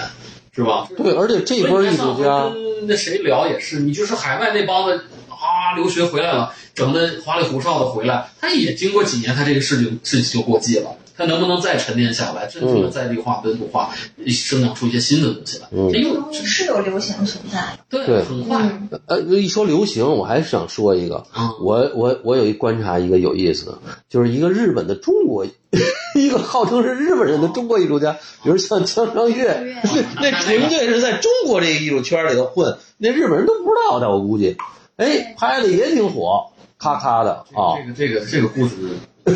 Speaker 2: 是吧？
Speaker 1: 对，而且这波
Speaker 2: 所以
Speaker 1: 艺
Speaker 2: 你看
Speaker 1: 术
Speaker 2: 上
Speaker 1: 家
Speaker 2: 回跟那谁聊也是，你就说海外那帮子啊，留学回来了，整的花里胡哨的回来，他也经过几年，他这个事情事情就过季了。他能不能再沉淀下来，真正的在地化、本土化，生长出一些新的东西来？
Speaker 1: 嗯
Speaker 2: 这又
Speaker 4: 东西是有流行存在的。
Speaker 1: 对
Speaker 2: 对，很快。
Speaker 3: 嗯
Speaker 1: 呃，一说流行，我还想说一个，
Speaker 2: 啊，
Speaker 1: 我我我有一观察，一个有意思的，就是一个日本的中国， 一个号称是日本人的中国艺术家，比如像江上
Speaker 3: 江
Speaker 1: 月，那那
Speaker 2: 啊
Speaker 1: 纯粹是在中国这个艺术圈里头混，那日本人都不知道的，我估计，哎，拍的也挺火，咔咔的啊，
Speaker 2: 这个这个这个 故事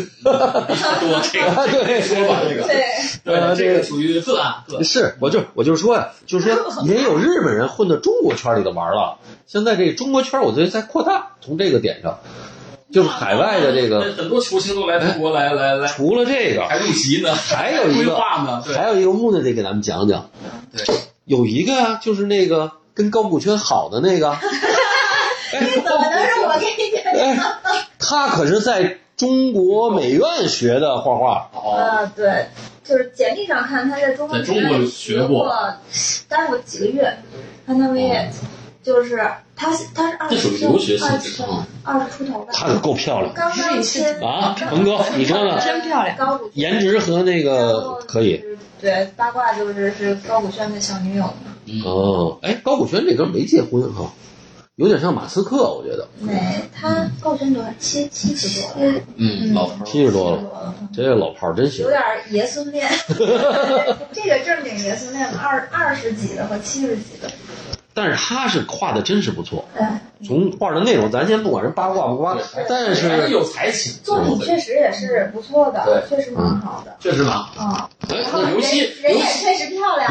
Speaker 2: 多，这个这个说吧，这个
Speaker 4: 对，
Speaker 1: 呃
Speaker 2: 对，这
Speaker 1: 这个
Speaker 2: 个属于个案个案。
Speaker 1: 是，我就我就是说呀，就是说也有日本人混到中国圈里头玩了，现在这中国圈，我觉得在扩大，从这个点上，就是海外的这个，
Speaker 2: 很多球星都来中国来来来，
Speaker 1: 除了这个，
Speaker 2: 还入籍呢，
Speaker 1: 还有一
Speaker 2: 规
Speaker 1: 个
Speaker 2: 划呢，对
Speaker 1: 还有一个木呢，得给咱们讲讲。
Speaker 2: 对。
Speaker 1: 有一个啊，就是那个跟高古圈好的那 个，
Speaker 4: 怎么能让我给你讲？
Speaker 1: 哎，他可是在中国美院学的画画，
Speaker 2: 哦，
Speaker 4: 啊，对，就是简历上看他在中国
Speaker 2: 在中国
Speaker 4: 也
Speaker 2: 学过
Speaker 4: 过，待过几个月，他那边也就是他他是二
Speaker 2: 这
Speaker 4: 十
Speaker 2: 属于
Speaker 4: 出
Speaker 2: 留学性
Speaker 4: 二十
Speaker 1: 呃
Speaker 2: 质
Speaker 4: 出
Speaker 2: 啊。
Speaker 4: 二十出头吧，
Speaker 1: 她可够漂亮
Speaker 4: 刚刚签
Speaker 1: 啊！鹏哥，你说呢？
Speaker 3: 真漂亮
Speaker 4: 高古
Speaker 1: 颜值和那个可以。，
Speaker 4: 对八卦就是是高古轩的小女友嘛，
Speaker 2: 嗯，
Speaker 1: 哦，哎，高古轩这哥们没结婚哈，有点像马斯克，我觉得
Speaker 4: 没，他高捐多少？七七十多了，
Speaker 2: 嗯，老头儿
Speaker 1: 七十多了，
Speaker 4: 了，
Speaker 1: 这老炮儿真行
Speaker 4: 有。点儿爷孙 恋。这个正经爷孙恋了，二二十几的和七十几的，呃
Speaker 1: 但是他是画的真是不错，
Speaker 4: 对，
Speaker 1: 从画的内容，咱先不管人八卦不八卦，
Speaker 2: 对
Speaker 1: 但
Speaker 2: 还
Speaker 1: 是
Speaker 2: 有才情，
Speaker 4: 作品确实也是不错的，
Speaker 2: 对
Speaker 4: 确实蛮好的
Speaker 2: 确实蛮好。
Speaker 4: 啊。
Speaker 2: 哎
Speaker 4: 然后
Speaker 2: 那
Speaker 4: 人
Speaker 2: 尤其
Speaker 4: 人
Speaker 2: 尤
Speaker 4: 也
Speaker 2: 其
Speaker 4: 确实漂亮，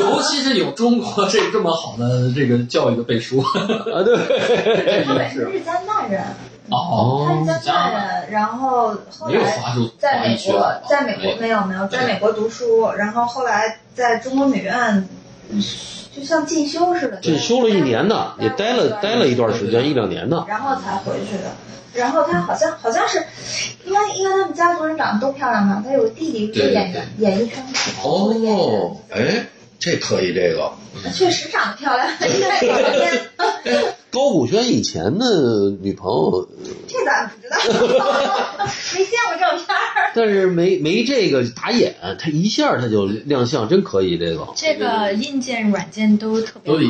Speaker 2: 尤其是有中国这这么好的这个教育的背 书，
Speaker 1: 啊， 对，
Speaker 4: 他本身是加拿大人，
Speaker 2: 哦
Speaker 4: 他是加
Speaker 2: 加拿
Speaker 4: 拿
Speaker 2: 大
Speaker 4: 大人，然后后
Speaker 2: 没有
Speaker 4: 来
Speaker 2: 华住
Speaker 4: 在
Speaker 2: 华
Speaker 4: 美
Speaker 2: 裔区
Speaker 4: 国
Speaker 2: 啊，，
Speaker 4: 在美国没有没有，在美国读书，然后后来在中国美院，嗯就像进修似的，
Speaker 1: 这修了一年呢，也待了待了一段时间，一两年呢。
Speaker 4: 然后才回去的。然后他好像好像是，应该应该他们家族人长得都漂亮吧？他有个弟弟是
Speaker 2: 对对
Speaker 4: 演员，演艺圈的
Speaker 1: 哦，哎，这可以，这个
Speaker 4: 确实长得 漂亮，应该有一天
Speaker 1: 高古轩以前的女朋友，
Speaker 4: 这咱不知道， 没见过照片儿。
Speaker 1: 但是没没这个打眼，他一下他就亮相，真可以，这个。
Speaker 3: 这个硬件、软件都特别
Speaker 2: 都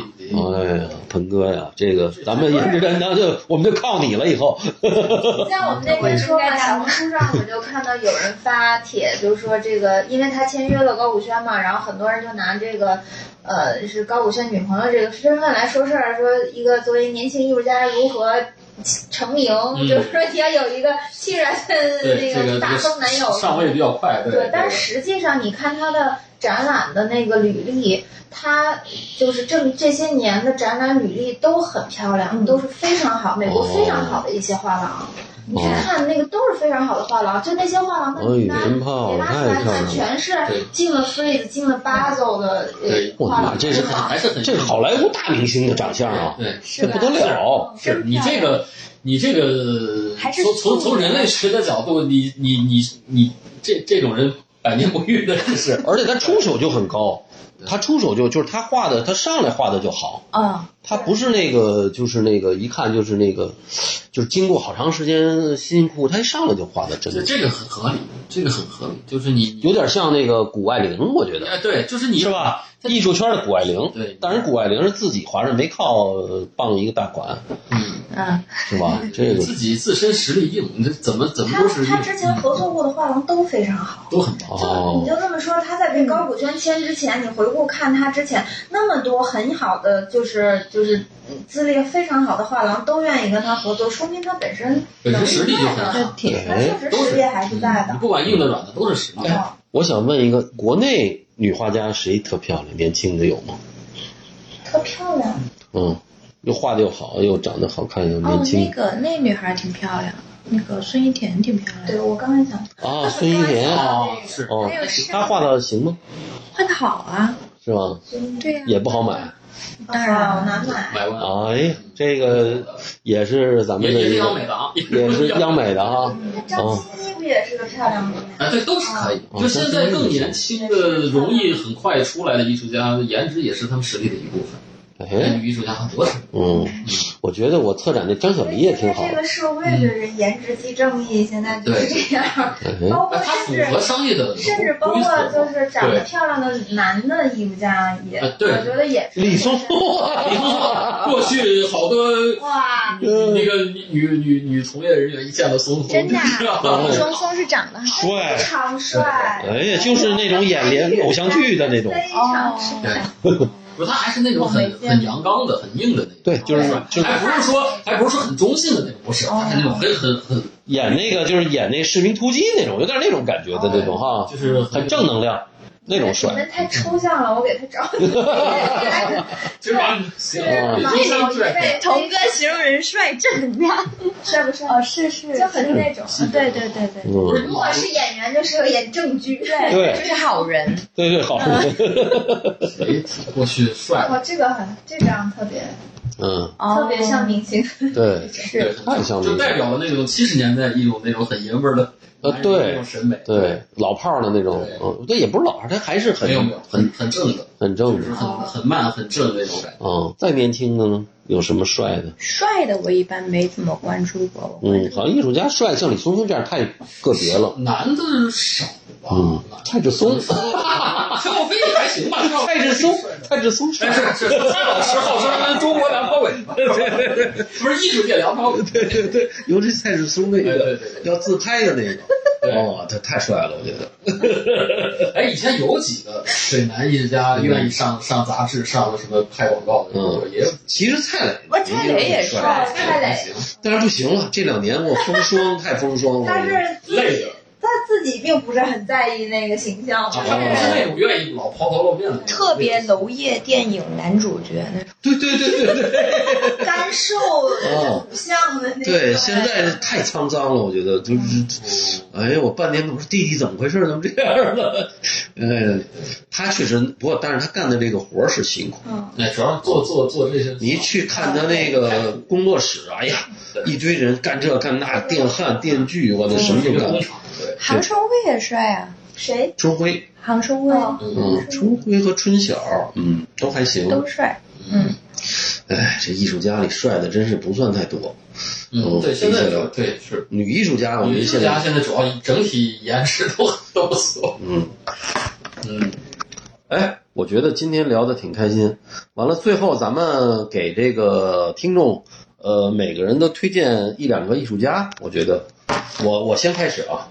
Speaker 3: 好
Speaker 2: 得。
Speaker 1: 哎呀，
Speaker 4: 嗯
Speaker 1: 鹏哥呀，这个咱们颜值担当就我们就靠你了，以后。
Speaker 4: 像我们那天说嘛，小红书上我就看到有人发帖，就说这个，因为他签约了高古轩嘛，然后很多人就拿这个，呃，是高古轩女朋友这个身份来说事儿，说一个作为年轻艺术家如何。成名
Speaker 2: 嗯
Speaker 4: 就是说你要有一个气然的
Speaker 2: 对
Speaker 4: 那
Speaker 2: 这个
Speaker 4: 大
Speaker 2: 这
Speaker 4: 风
Speaker 2: 个
Speaker 4: 男友，
Speaker 2: 上位比较快，对
Speaker 4: 对，但实际上你看他的展览的那个履历，他就是这这些年的展览履历都很漂亮，
Speaker 3: 嗯
Speaker 4: 都是非常好，美国
Speaker 1: 哦
Speaker 4: 非常好的一些画廊。你去看那个都是非常好的画廊，就那些画廊的
Speaker 1: 哎
Speaker 4: 名
Speaker 1: 呦，
Speaker 4: 单，
Speaker 1: 真
Speaker 4: 你
Speaker 1: 胖，
Speaker 4: 拉出
Speaker 1: 太
Speaker 4: 来
Speaker 1: 漂亮
Speaker 4: 看，
Speaker 1: 了！
Speaker 4: 全是
Speaker 2: 对
Speaker 4: 进了 Frieze、进了 Basel 的
Speaker 2: 对
Speaker 4: 呃画
Speaker 1: 我
Speaker 4: 廊。
Speaker 1: 这是
Speaker 2: 很还是很
Speaker 1: 这是好莱坞大明星的长相啊，
Speaker 2: 对。
Speaker 1: 这
Speaker 3: 是吧
Speaker 1: 不？得了！
Speaker 2: 是你这个，你这个，
Speaker 3: 还是
Speaker 2: 从从从人类学的角度，你你你你这这种人百年不遇的，这是。
Speaker 1: 而且他出手就很高，他出手就就是他画的，他上来画的就好，
Speaker 3: 嗯，
Speaker 1: 他不是那个就是那个一看就是那个，就是经过好长时间辛辛苦苦，他一上来就画的真
Speaker 2: 这
Speaker 1: 的，
Speaker 2: 这个很合理，这个很合理，就是你
Speaker 1: 有点像那个谷爱凌，我觉得
Speaker 2: 哎，对，就是你
Speaker 1: 是？吧？艺术圈的谷爱凌，
Speaker 2: 对，
Speaker 1: 但是谷爱凌是自己划着没靠呃傍一个大款，
Speaker 2: 嗯，
Speaker 3: 嗯，
Speaker 1: 是吧？这 个
Speaker 2: 自己自身实力硬，你这怎么怎么
Speaker 4: 他
Speaker 2: 都是硬嗯
Speaker 4: 他之前合作过的画廊都非常好。
Speaker 2: 都很棒。
Speaker 4: 就你
Speaker 1: 哦，
Speaker 4: 就这么说，他在被高古轩签之前，你回顾看他之前那么多很好的，就是就是嗯资历非常好的画廊都愿意跟他合作，说明他本身
Speaker 2: 本
Speaker 4: 能
Speaker 2: 身
Speaker 4: 力
Speaker 2: 实力就
Speaker 4: 在
Speaker 2: 很哎
Speaker 4: 的，
Speaker 3: 就
Speaker 2: 好，
Speaker 3: 挺
Speaker 4: 他确实实力还是在
Speaker 2: 嗯你
Speaker 4: 的。哦
Speaker 2: 不管硬的软的都是实力。
Speaker 1: 哎，我想问一个，国内女画家谁特漂亮？年轻的有吗？
Speaker 4: 特漂亮，
Speaker 1: 嗯，又画的又好，又长得好看，又
Speaker 3: 哦
Speaker 1: 年，
Speaker 3: 那
Speaker 1: 轻、
Speaker 3: 个那女孩挺漂亮，那个孙一田挺漂亮
Speaker 4: 对，我刚才想，
Speaker 1: 啊。孙一莲，
Speaker 2: 哦，是
Speaker 1: 哦
Speaker 3: 还有谁，
Speaker 1: 她画的行吗？
Speaker 3: 画的好啊，
Speaker 1: 是吧？
Speaker 3: 对呀、
Speaker 1: 也不好买。
Speaker 3: 当然了
Speaker 4: 好难买。
Speaker 2: 买完
Speaker 1: 哎，这个也是咱
Speaker 2: 也
Speaker 1: 们的
Speaker 2: 也是
Speaker 1: 一
Speaker 2: 央
Speaker 1: 个，
Speaker 2: 美的啊，
Speaker 1: 也 是央美的啊。
Speaker 4: 那张歆艺不也是个漂亮姑娘？
Speaker 2: 哎，对，都是可以。
Speaker 1: 哦
Speaker 2: 就现在更年轻的、容易很快出来的艺术家，颜值也是他们实力的一部分。
Speaker 1: 哎，
Speaker 2: 男女艺术家很多，
Speaker 1: 嗯，我觉得我策展那张小黎也挺好
Speaker 4: 现在这个社会的人颜值即正义，现在
Speaker 2: 嗯
Speaker 4: 就是这样，
Speaker 1: 哎，
Speaker 4: 包括
Speaker 3: 哦
Speaker 2: 哎，他
Speaker 4: 甚
Speaker 2: 符
Speaker 4: 至
Speaker 2: 合商业的
Speaker 4: 甚至包
Speaker 2: 规
Speaker 4: 括就
Speaker 2: 则。
Speaker 4: 是长得漂亮的男的艺术家也，
Speaker 2: 啊对
Speaker 4: 我觉得也呃是
Speaker 1: 李松
Speaker 2: 比如说 过去好多
Speaker 4: 哇，
Speaker 2: 那个女女女女从业人员一见到松松，
Speaker 3: 真的啊
Speaker 2: 知道吧
Speaker 3: 李松松是长得好，
Speaker 1: 帅
Speaker 4: 非常帅，
Speaker 1: 哎呀，就是那种演连偶像剧的那种。
Speaker 4: 非常
Speaker 3: 哦
Speaker 4: 帅。
Speaker 2: 不是，他还是那种很很阳刚的、很硬的那种。哎
Speaker 1: 对就是就是
Speaker 2: 还不是说，还不是说很中性的那种，不是，
Speaker 3: 哦
Speaker 2: 他是那种很很很，
Speaker 1: 演那个就是演那士兵突击那种，有点那种感觉的那种哈，
Speaker 2: 哎就是
Speaker 1: 很正。能量那种
Speaker 4: 你
Speaker 1: 帅。
Speaker 4: 们太抽象了，我给他找你。
Speaker 2: 就是把你哎
Speaker 4: 是
Speaker 2: 形
Speaker 3: 哎
Speaker 2: 容的
Speaker 4: 那种一位
Speaker 3: 童哥形容人帅正能量，
Speaker 4: 帅不帅？
Speaker 3: 哦，是是哦
Speaker 4: 就很那种。
Speaker 3: 对对对对，
Speaker 2: 不是
Speaker 1: 嗯，
Speaker 4: 如果是演员，就适合演正剧。对
Speaker 1: 对
Speaker 3: 就是好人，
Speaker 1: 对对，好。
Speaker 2: 谁哎过去帅
Speaker 4: 哇，这个很这张特别
Speaker 1: 嗯，
Speaker 4: 特别像明星。
Speaker 1: 对，
Speaker 3: 哦是
Speaker 1: 太像明
Speaker 2: 就
Speaker 1: 星
Speaker 2: 代表了那种七十年代一种那种很爷们儿的
Speaker 1: 呃
Speaker 2: 男人
Speaker 1: 对
Speaker 2: 那种审美，
Speaker 1: 对，老炮儿的那种
Speaker 2: 对，
Speaker 1: 嗯，这也不是老炮儿，他还是很
Speaker 2: 没有没有，很很正的，
Speaker 1: 很正
Speaker 2: 就
Speaker 1: 直
Speaker 2: 是。很很慢很正的那种感
Speaker 1: 嗯，再年轻的呢，有什么帅的？
Speaker 3: 帅的，我一般没怎么关注过。我
Speaker 1: 嗯，好像艺术家帅像李松松这样太个别
Speaker 2: 觉。
Speaker 1: 了。
Speaker 2: 男的少吧，
Speaker 1: 嗯，蔡志松，
Speaker 2: 男的蔡国飞也还行吧，
Speaker 1: 蔡志 松，蔡志松是
Speaker 2: 哎，是是蔡老师号称中国梁朝伟，
Speaker 1: 对
Speaker 2: 不是艺术界梁朝伟，
Speaker 1: 对对对，尤其蔡志松那
Speaker 2: 对哎对
Speaker 1: 个
Speaker 2: 对对。
Speaker 1: 要自拍的那
Speaker 2: 对
Speaker 1: 个，哦，他太帅了，我觉得。
Speaker 2: 哎，以前有几个水男艺术家愿意上上杂志，上什么拍广告的，
Speaker 1: 嗯
Speaker 2: 也有。
Speaker 1: 其实蔡磊，
Speaker 3: 我蔡磊也帅
Speaker 1: 帅，
Speaker 4: 蔡磊
Speaker 1: 但是不行了，这两年我风霜太风霜了。
Speaker 4: 他是自
Speaker 2: 累
Speaker 4: 己
Speaker 2: 了，
Speaker 4: 他自己并不是很在意那个形象，
Speaker 2: 啊，
Speaker 4: 就
Speaker 2: 他不是
Speaker 4: 是
Speaker 2: 那种愿意老抛头露面的，
Speaker 3: 特别娄烨电影男主角那种，
Speaker 1: 对对对对对
Speaker 4: 干瘦
Speaker 1: 哦
Speaker 4: 骨相的那种。
Speaker 1: 对，现在太沧桑了，我觉得就是。哎呀，我半天我说弟弟怎么回事？怎么这样了？ 哎，他确实，不过但是他干的这个活儿是辛苦。
Speaker 4: 嗯，
Speaker 2: 那主要是做做做这些，
Speaker 1: 你一去看他那个工作室，哎呀，一堆人干这干那，电焊、电锯，我
Speaker 2: 做
Speaker 1: 的什么都干
Speaker 2: 工。厂，对，
Speaker 3: 杭春晖也帅啊，
Speaker 4: 谁？
Speaker 1: 春晖，
Speaker 3: 杭春晖
Speaker 4: 哦
Speaker 1: 嗯，春晖和春晓，嗯，都还行。
Speaker 3: 都帅，
Speaker 2: 嗯
Speaker 1: 哎，这艺术家里帅的真是不算太多。
Speaker 2: 嗯，
Speaker 1: 嗯
Speaker 2: 对，现在
Speaker 1: 理解了
Speaker 2: 对是。
Speaker 1: 女艺术家，我觉
Speaker 2: 艺
Speaker 1: 得
Speaker 2: 术
Speaker 1: 现
Speaker 2: 家
Speaker 1: 在，
Speaker 2: 现在主要整体颜值都都不错，
Speaker 1: 嗯，
Speaker 2: 嗯，
Speaker 1: 哎，我觉得今天聊的挺开心。完了，最后咱们给这个听众，呃，每个人都推荐一两个艺术家。我觉得，我我先开始啊，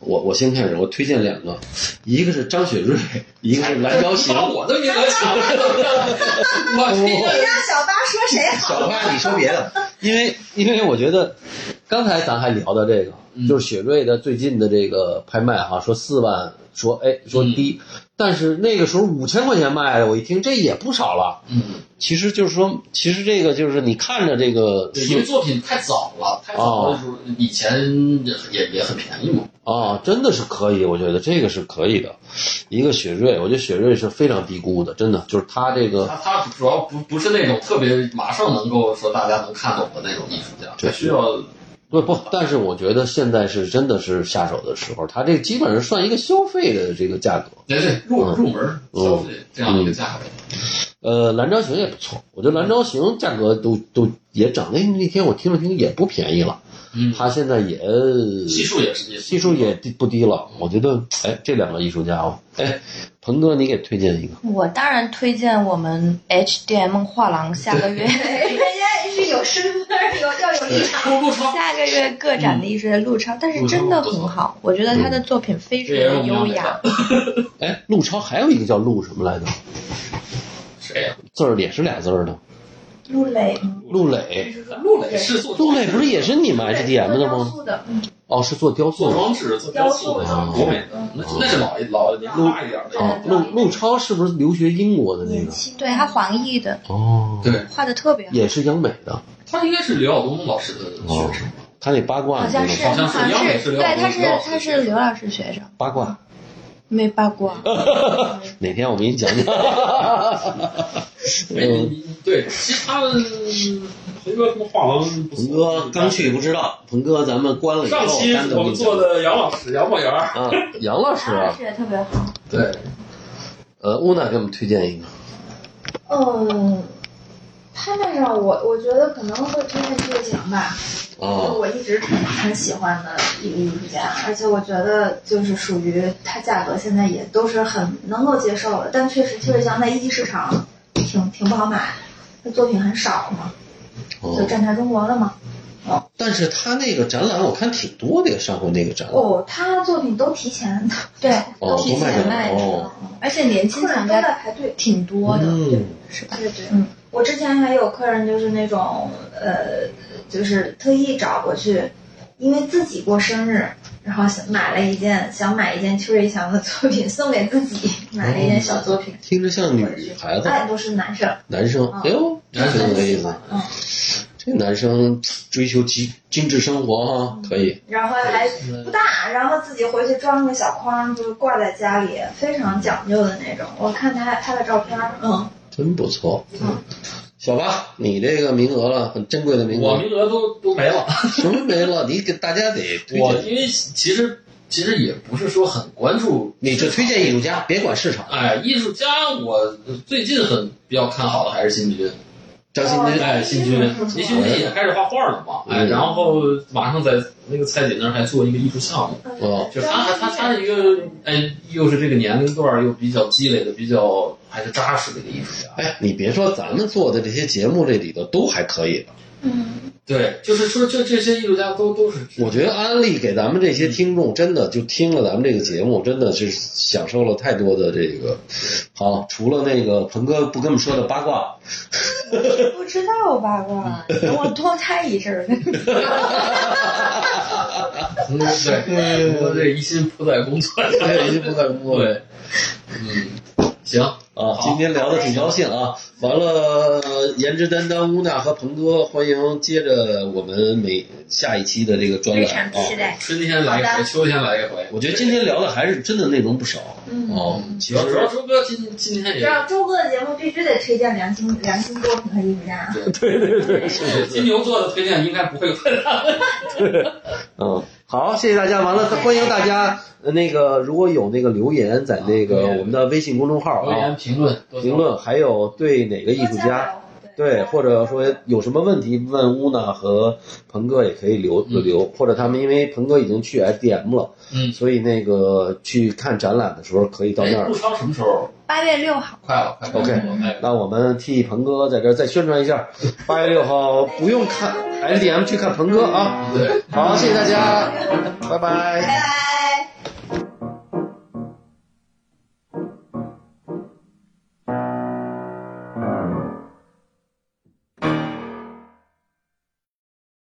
Speaker 1: 我我先开始，我推荐两个，一个是张雪瑞，一个是 蓝昭行。
Speaker 2: 把我的名额 抢了， 我
Speaker 4: 你
Speaker 1: 哦
Speaker 2: 这
Speaker 4: 让小八说谁好？
Speaker 1: 小八，你说别的， 因为因为我觉得，刚才咱还聊到这个，
Speaker 2: 嗯
Speaker 1: 就是雪瑞的最近的这个拍卖哈、说四万，说哎说低，但是那个时候五千块钱卖的，我一听这也不少了。
Speaker 2: 嗯，
Speaker 1: 其实就是说，其实这个就是你看着这个
Speaker 2: 对，因为作品太早了，太早
Speaker 1: 哦
Speaker 2: 了，就是以前也也也很便宜嘛，
Speaker 1: 啊，真的是可以，我觉得这个是可以的。一个雪瑞，我觉得雪瑞是非常低估的，真的就是他这个
Speaker 2: 他他主要不不是那种特别马上能够说大家能看懂的那种艺术家，他
Speaker 1: 对
Speaker 2: 需要
Speaker 1: 不不，但是我觉得现在是真的是下手的时候，他这基本上算一个消费的这个价格。
Speaker 2: 对对入
Speaker 1: 嗯
Speaker 2: 入门消费这样一个价格，
Speaker 1: 呃，蓝昭行也不错，我觉得蓝昭行价格都都也涨。哎那那天我听了听也不便宜了，
Speaker 2: 嗯，
Speaker 1: 他现在也
Speaker 2: 系数也是也
Speaker 1: 系数也低不低了。我觉得，哎，这两个艺术家哦，哎，鹏哥你给推荐一个，
Speaker 3: 我当然推荐我们 HDM 画廊下个月。
Speaker 4: 人家是有身份，有要 有立场。
Speaker 2: 出入窗，
Speaker 3: 下个月个展的艺术家陆超，但是真的很好，我觉得他的作品非常的优雅。
Speaker 1: 哎，陆超还有一个叫陆什么来着，
Speaker 2: 谁哎呀？
Speaker 1: 字儿也是俩字儿的，
Speaker 4: 陆磊，
Speaker 1: 陆磊。
Speaker 2: 陆磊是做
Speaker 1: 陆磊不是也是你们 HDM 的吗？
Speaker 4: 的，
Speaker 1: 哦，是做雕塑
Speaker 2: 做
Speaker 1: 的。
Speaker 2: 装置、做雕塑的
Speaker 1: 雕塑的
Speaker 2: 国美的，那那是老一老一大一点的，
Speaker 1: 哦，陆陆超是不是留学英国的那
Speaker 4: 年
Speaker 1: 个？
Speaker 4: 轻。
Speaker 3: 对他黄奕的
Speaker 1: 哦，
Speaker 2: 对
Speaker 3: 画的特别好，
Speaker 1: 也是央美的，
Speaker 2: 他应该是刘晓东老师的
Speaker 1: 哦
Speaker 2: 学生，
Speaker 1: 他那八卦
Speaker 3: 好
Speaker 1: 你知道
Speaker 3: 像
Speaker 1: 吗
Speaker 3: 是
Speaker 2: 好像是
Speaker 3: 好
Speaker 2: 央
Speaker 3: 像
Speaker 2: 美
Speaker 3: 是
Speaker 2: 是刘
Speaker 3: 对，他
Speaker 2: 刘老
Speaker 3: 是
Speaker 2: 师
Speaker 3: 他是刘老师学生，
Speaker 1: 八卦。
Speaker 3: 没八卦。
Speaker 1: 哪天我给你讲嗯讲。
Speaker 2: 没你你对，其实他们鹏哥他们画廊不错
Speaker 1: 鹏哥刚去不知道，鹏哥咱们关了以后
Speaker 2: 上期
Speaker 1: 单
Speaker 2: 我
Speaker 1: 独给
Speaker 2: 们
Speaker 1: 你
Speaker 2: 做
Speaker 1: 讲。
Speaker 2: 的杨老师杨梦圆儿，
Speaker 1: 啊，杨老师
Speaker 3: 他老
Speaker 1: 啊，
Speaker 3: 师也特别好，
Speaker 2: 对，
Speaker 1: 呃，乌娜给我们推荐一个，
Speaker 4: 嗯，拍卖上我我觉得可能会推荐谢翔吧，就是
Speaker 1: 啊，
Speaker 4: 嗯我一直很喜欢的一个艺术家，而且我觉得就是属于它价格现在也都是很能够接受了，但确实确实像在一级市场挺挺不好买，他作品很少嘛，就
Speaker 1: 哦，
Speaker 4: 站台中国了嘛。
Speaker 1: 但是他那个展览我看挺多的，上回那个展览，
Speaker 4: 哦，他作品都提前
Speaker 3: 对，
Speaker 1: 哦，
Speaker 3: 提
Speaker 1: 都卖
Speaker 3: 前
Speaker 1: 的
Speaker 3: 卖出
Speaker 1: 哦，
Speaker 3: 而且年轻
Speaker 4: 客人
Speaker 3: 藏
Speaker 4: 都
Speaker 3: 家
Speaker 4: 在排队。
Speaker 3: 挺多的，
Speaker 1: 嗯，
Speaker 3: 是吧？
Speaker 4: 对对，
Speaker 3: 嗯，
Speaker 4: 我之前还有客人就是那种呃，就是特意找过去，因为自己过生日，然后想买了一件想买一件邱瑞强的作品送给自己，买了一件小作品。
Speaker 1: 哦听着像女孩子，
Speaker 4: 哎，都是男生，
Speaker 1: 男生，哎呦，这
Speaker 2: 男生
Speaker 1: 挺有意思。
Speaker 4: 嗯，
Speaker 1: 这男生追求极精致生活
Speaker 4: 嗯
Speaker 1: 哈，可以，
Speaker 4: 然后还不大，然后自己回去装个小筐，就是挂在家里，非常讲究的那种。我看他他的照片儿，嗯，
Speaker 1: 真不错。小八，你这个名额了，很珍贵的名额。
Speaker 2: 我名额都都没了。
Speaker 1: 什么没了？你给大家得推
Speaker 2: 我
Speaker 1: 荐，
Speaker 2: 因为其实其实也不是说很关注，
Speaker 1: 你就推荐艺术家，别管市场。
Speaker 2: 哎，艺术家我最近很比较看好的还是金迷
Speaker 1: 张新军，
Speaker 2: 哎，新军，
Speaker 4: 嗯
Speaker 2: 林兄弟也开始画画了嘛，哎，
Speaker 1: 嗯
Speaker 2: 然后马上在那个蔡姐那儿还做一个艺术项目，
Speaker 1: 哦
Speaker 2: 就是他他他一个哎，又是这个年龄段儿又比较积累的比较还是扎实的一个艺术家，
Speaker 1: 哎，你别说，咱们做的这些节目这里头都还可以。
Speaker 4: 嗯，
Speaker 2: 对，就是说这这些艺术家都都是，
Speaker 1: 我觉得安利给咱们这些听众，真的就听了咱们这个节目，真的是享受了太多的这个。好，除了那个鹏哥不跟我们说的八 卦，
Speaker 3: 不知道八 卦，等我多待一阵儿。
Speaker 2: 嗯对，我这一心扑在工作上，
Speaker 1: 对，哎就不敢摸呗。
Speaker 2: 对，嗯， 行，
Speaker 1: 啊，
Speaker 2: 好
Speaker 1: 今天聊的挺高兴啊！完了，颜值担当乌娜和鹏哥，欢迎接着我们每下一期的这个专
Speaker 3: 非
Speaker 1: 栏
Speaker 3: 常
Speaker 1: 啊。
Speaker 3: 期待。
Speaker 2: 春天来一
Speaker 4: 哎好
Speaker 2: 回，
Speaker 4: 的
Speaker 2: 秋天来一回，
Speaker 1: 我觉得今天聊的还是真的内容不少
Speaker 4: 嗯
Speaker 1: 哦。其
Speaker 2: 主要主要
Speaker 1: 实
Speaker 2: 周哥今今天
Speaker 4: 只
Speaker 2: 也
Speaker 4: 要周哥的节目必须得推荐良心良心作品和啊艺术家。
Speaker 2: 是金牛座的推荐应该不会困难。
Speaker 1: 嗯，好，谢谢大家。完了，欢迎大家呃那个如果有那个留言，在那
Speaker 2: 啊留
Speaker 1: 个
Speaker 2: 言
Speaker 1: 我们的微信公众号
Speaker 2: 留
Speaker 1: 啊
Speaker 2: 言评论多多
Speaker 1: 评论，还有对哪个艺术
Speaker 4: 多交
Speaker 1: 家。
Speaker 4: 流，
Speaker 1: 对，或者说有什么问题问乌娜和鹏哥也可以留
Speaker 2: 嗯
Speaker 1: 留，或者他们因为鹏哥已经去 FDM 了，
Speaker 2: 嗯
Speaker 1: 所以那个去看展览的时候可以到那
Speaker 2: 哎，
Speaker 1: 儿
Speaker 2: 陆。超什么时候？
Speaker 3: 八月六号，
Speaker 2: 快了，快了。
Speaker 1: OK
Speaker 2: 哎
Speaker 1: 那我们替鹏哥在这儿再宣传一 下，八月六号不用看 FDM 去看鹏哥啊。
Speaker 2: 对。
Speaker 1: 好，谢谢大家，拜拜。
Speaker 4: 拜拜。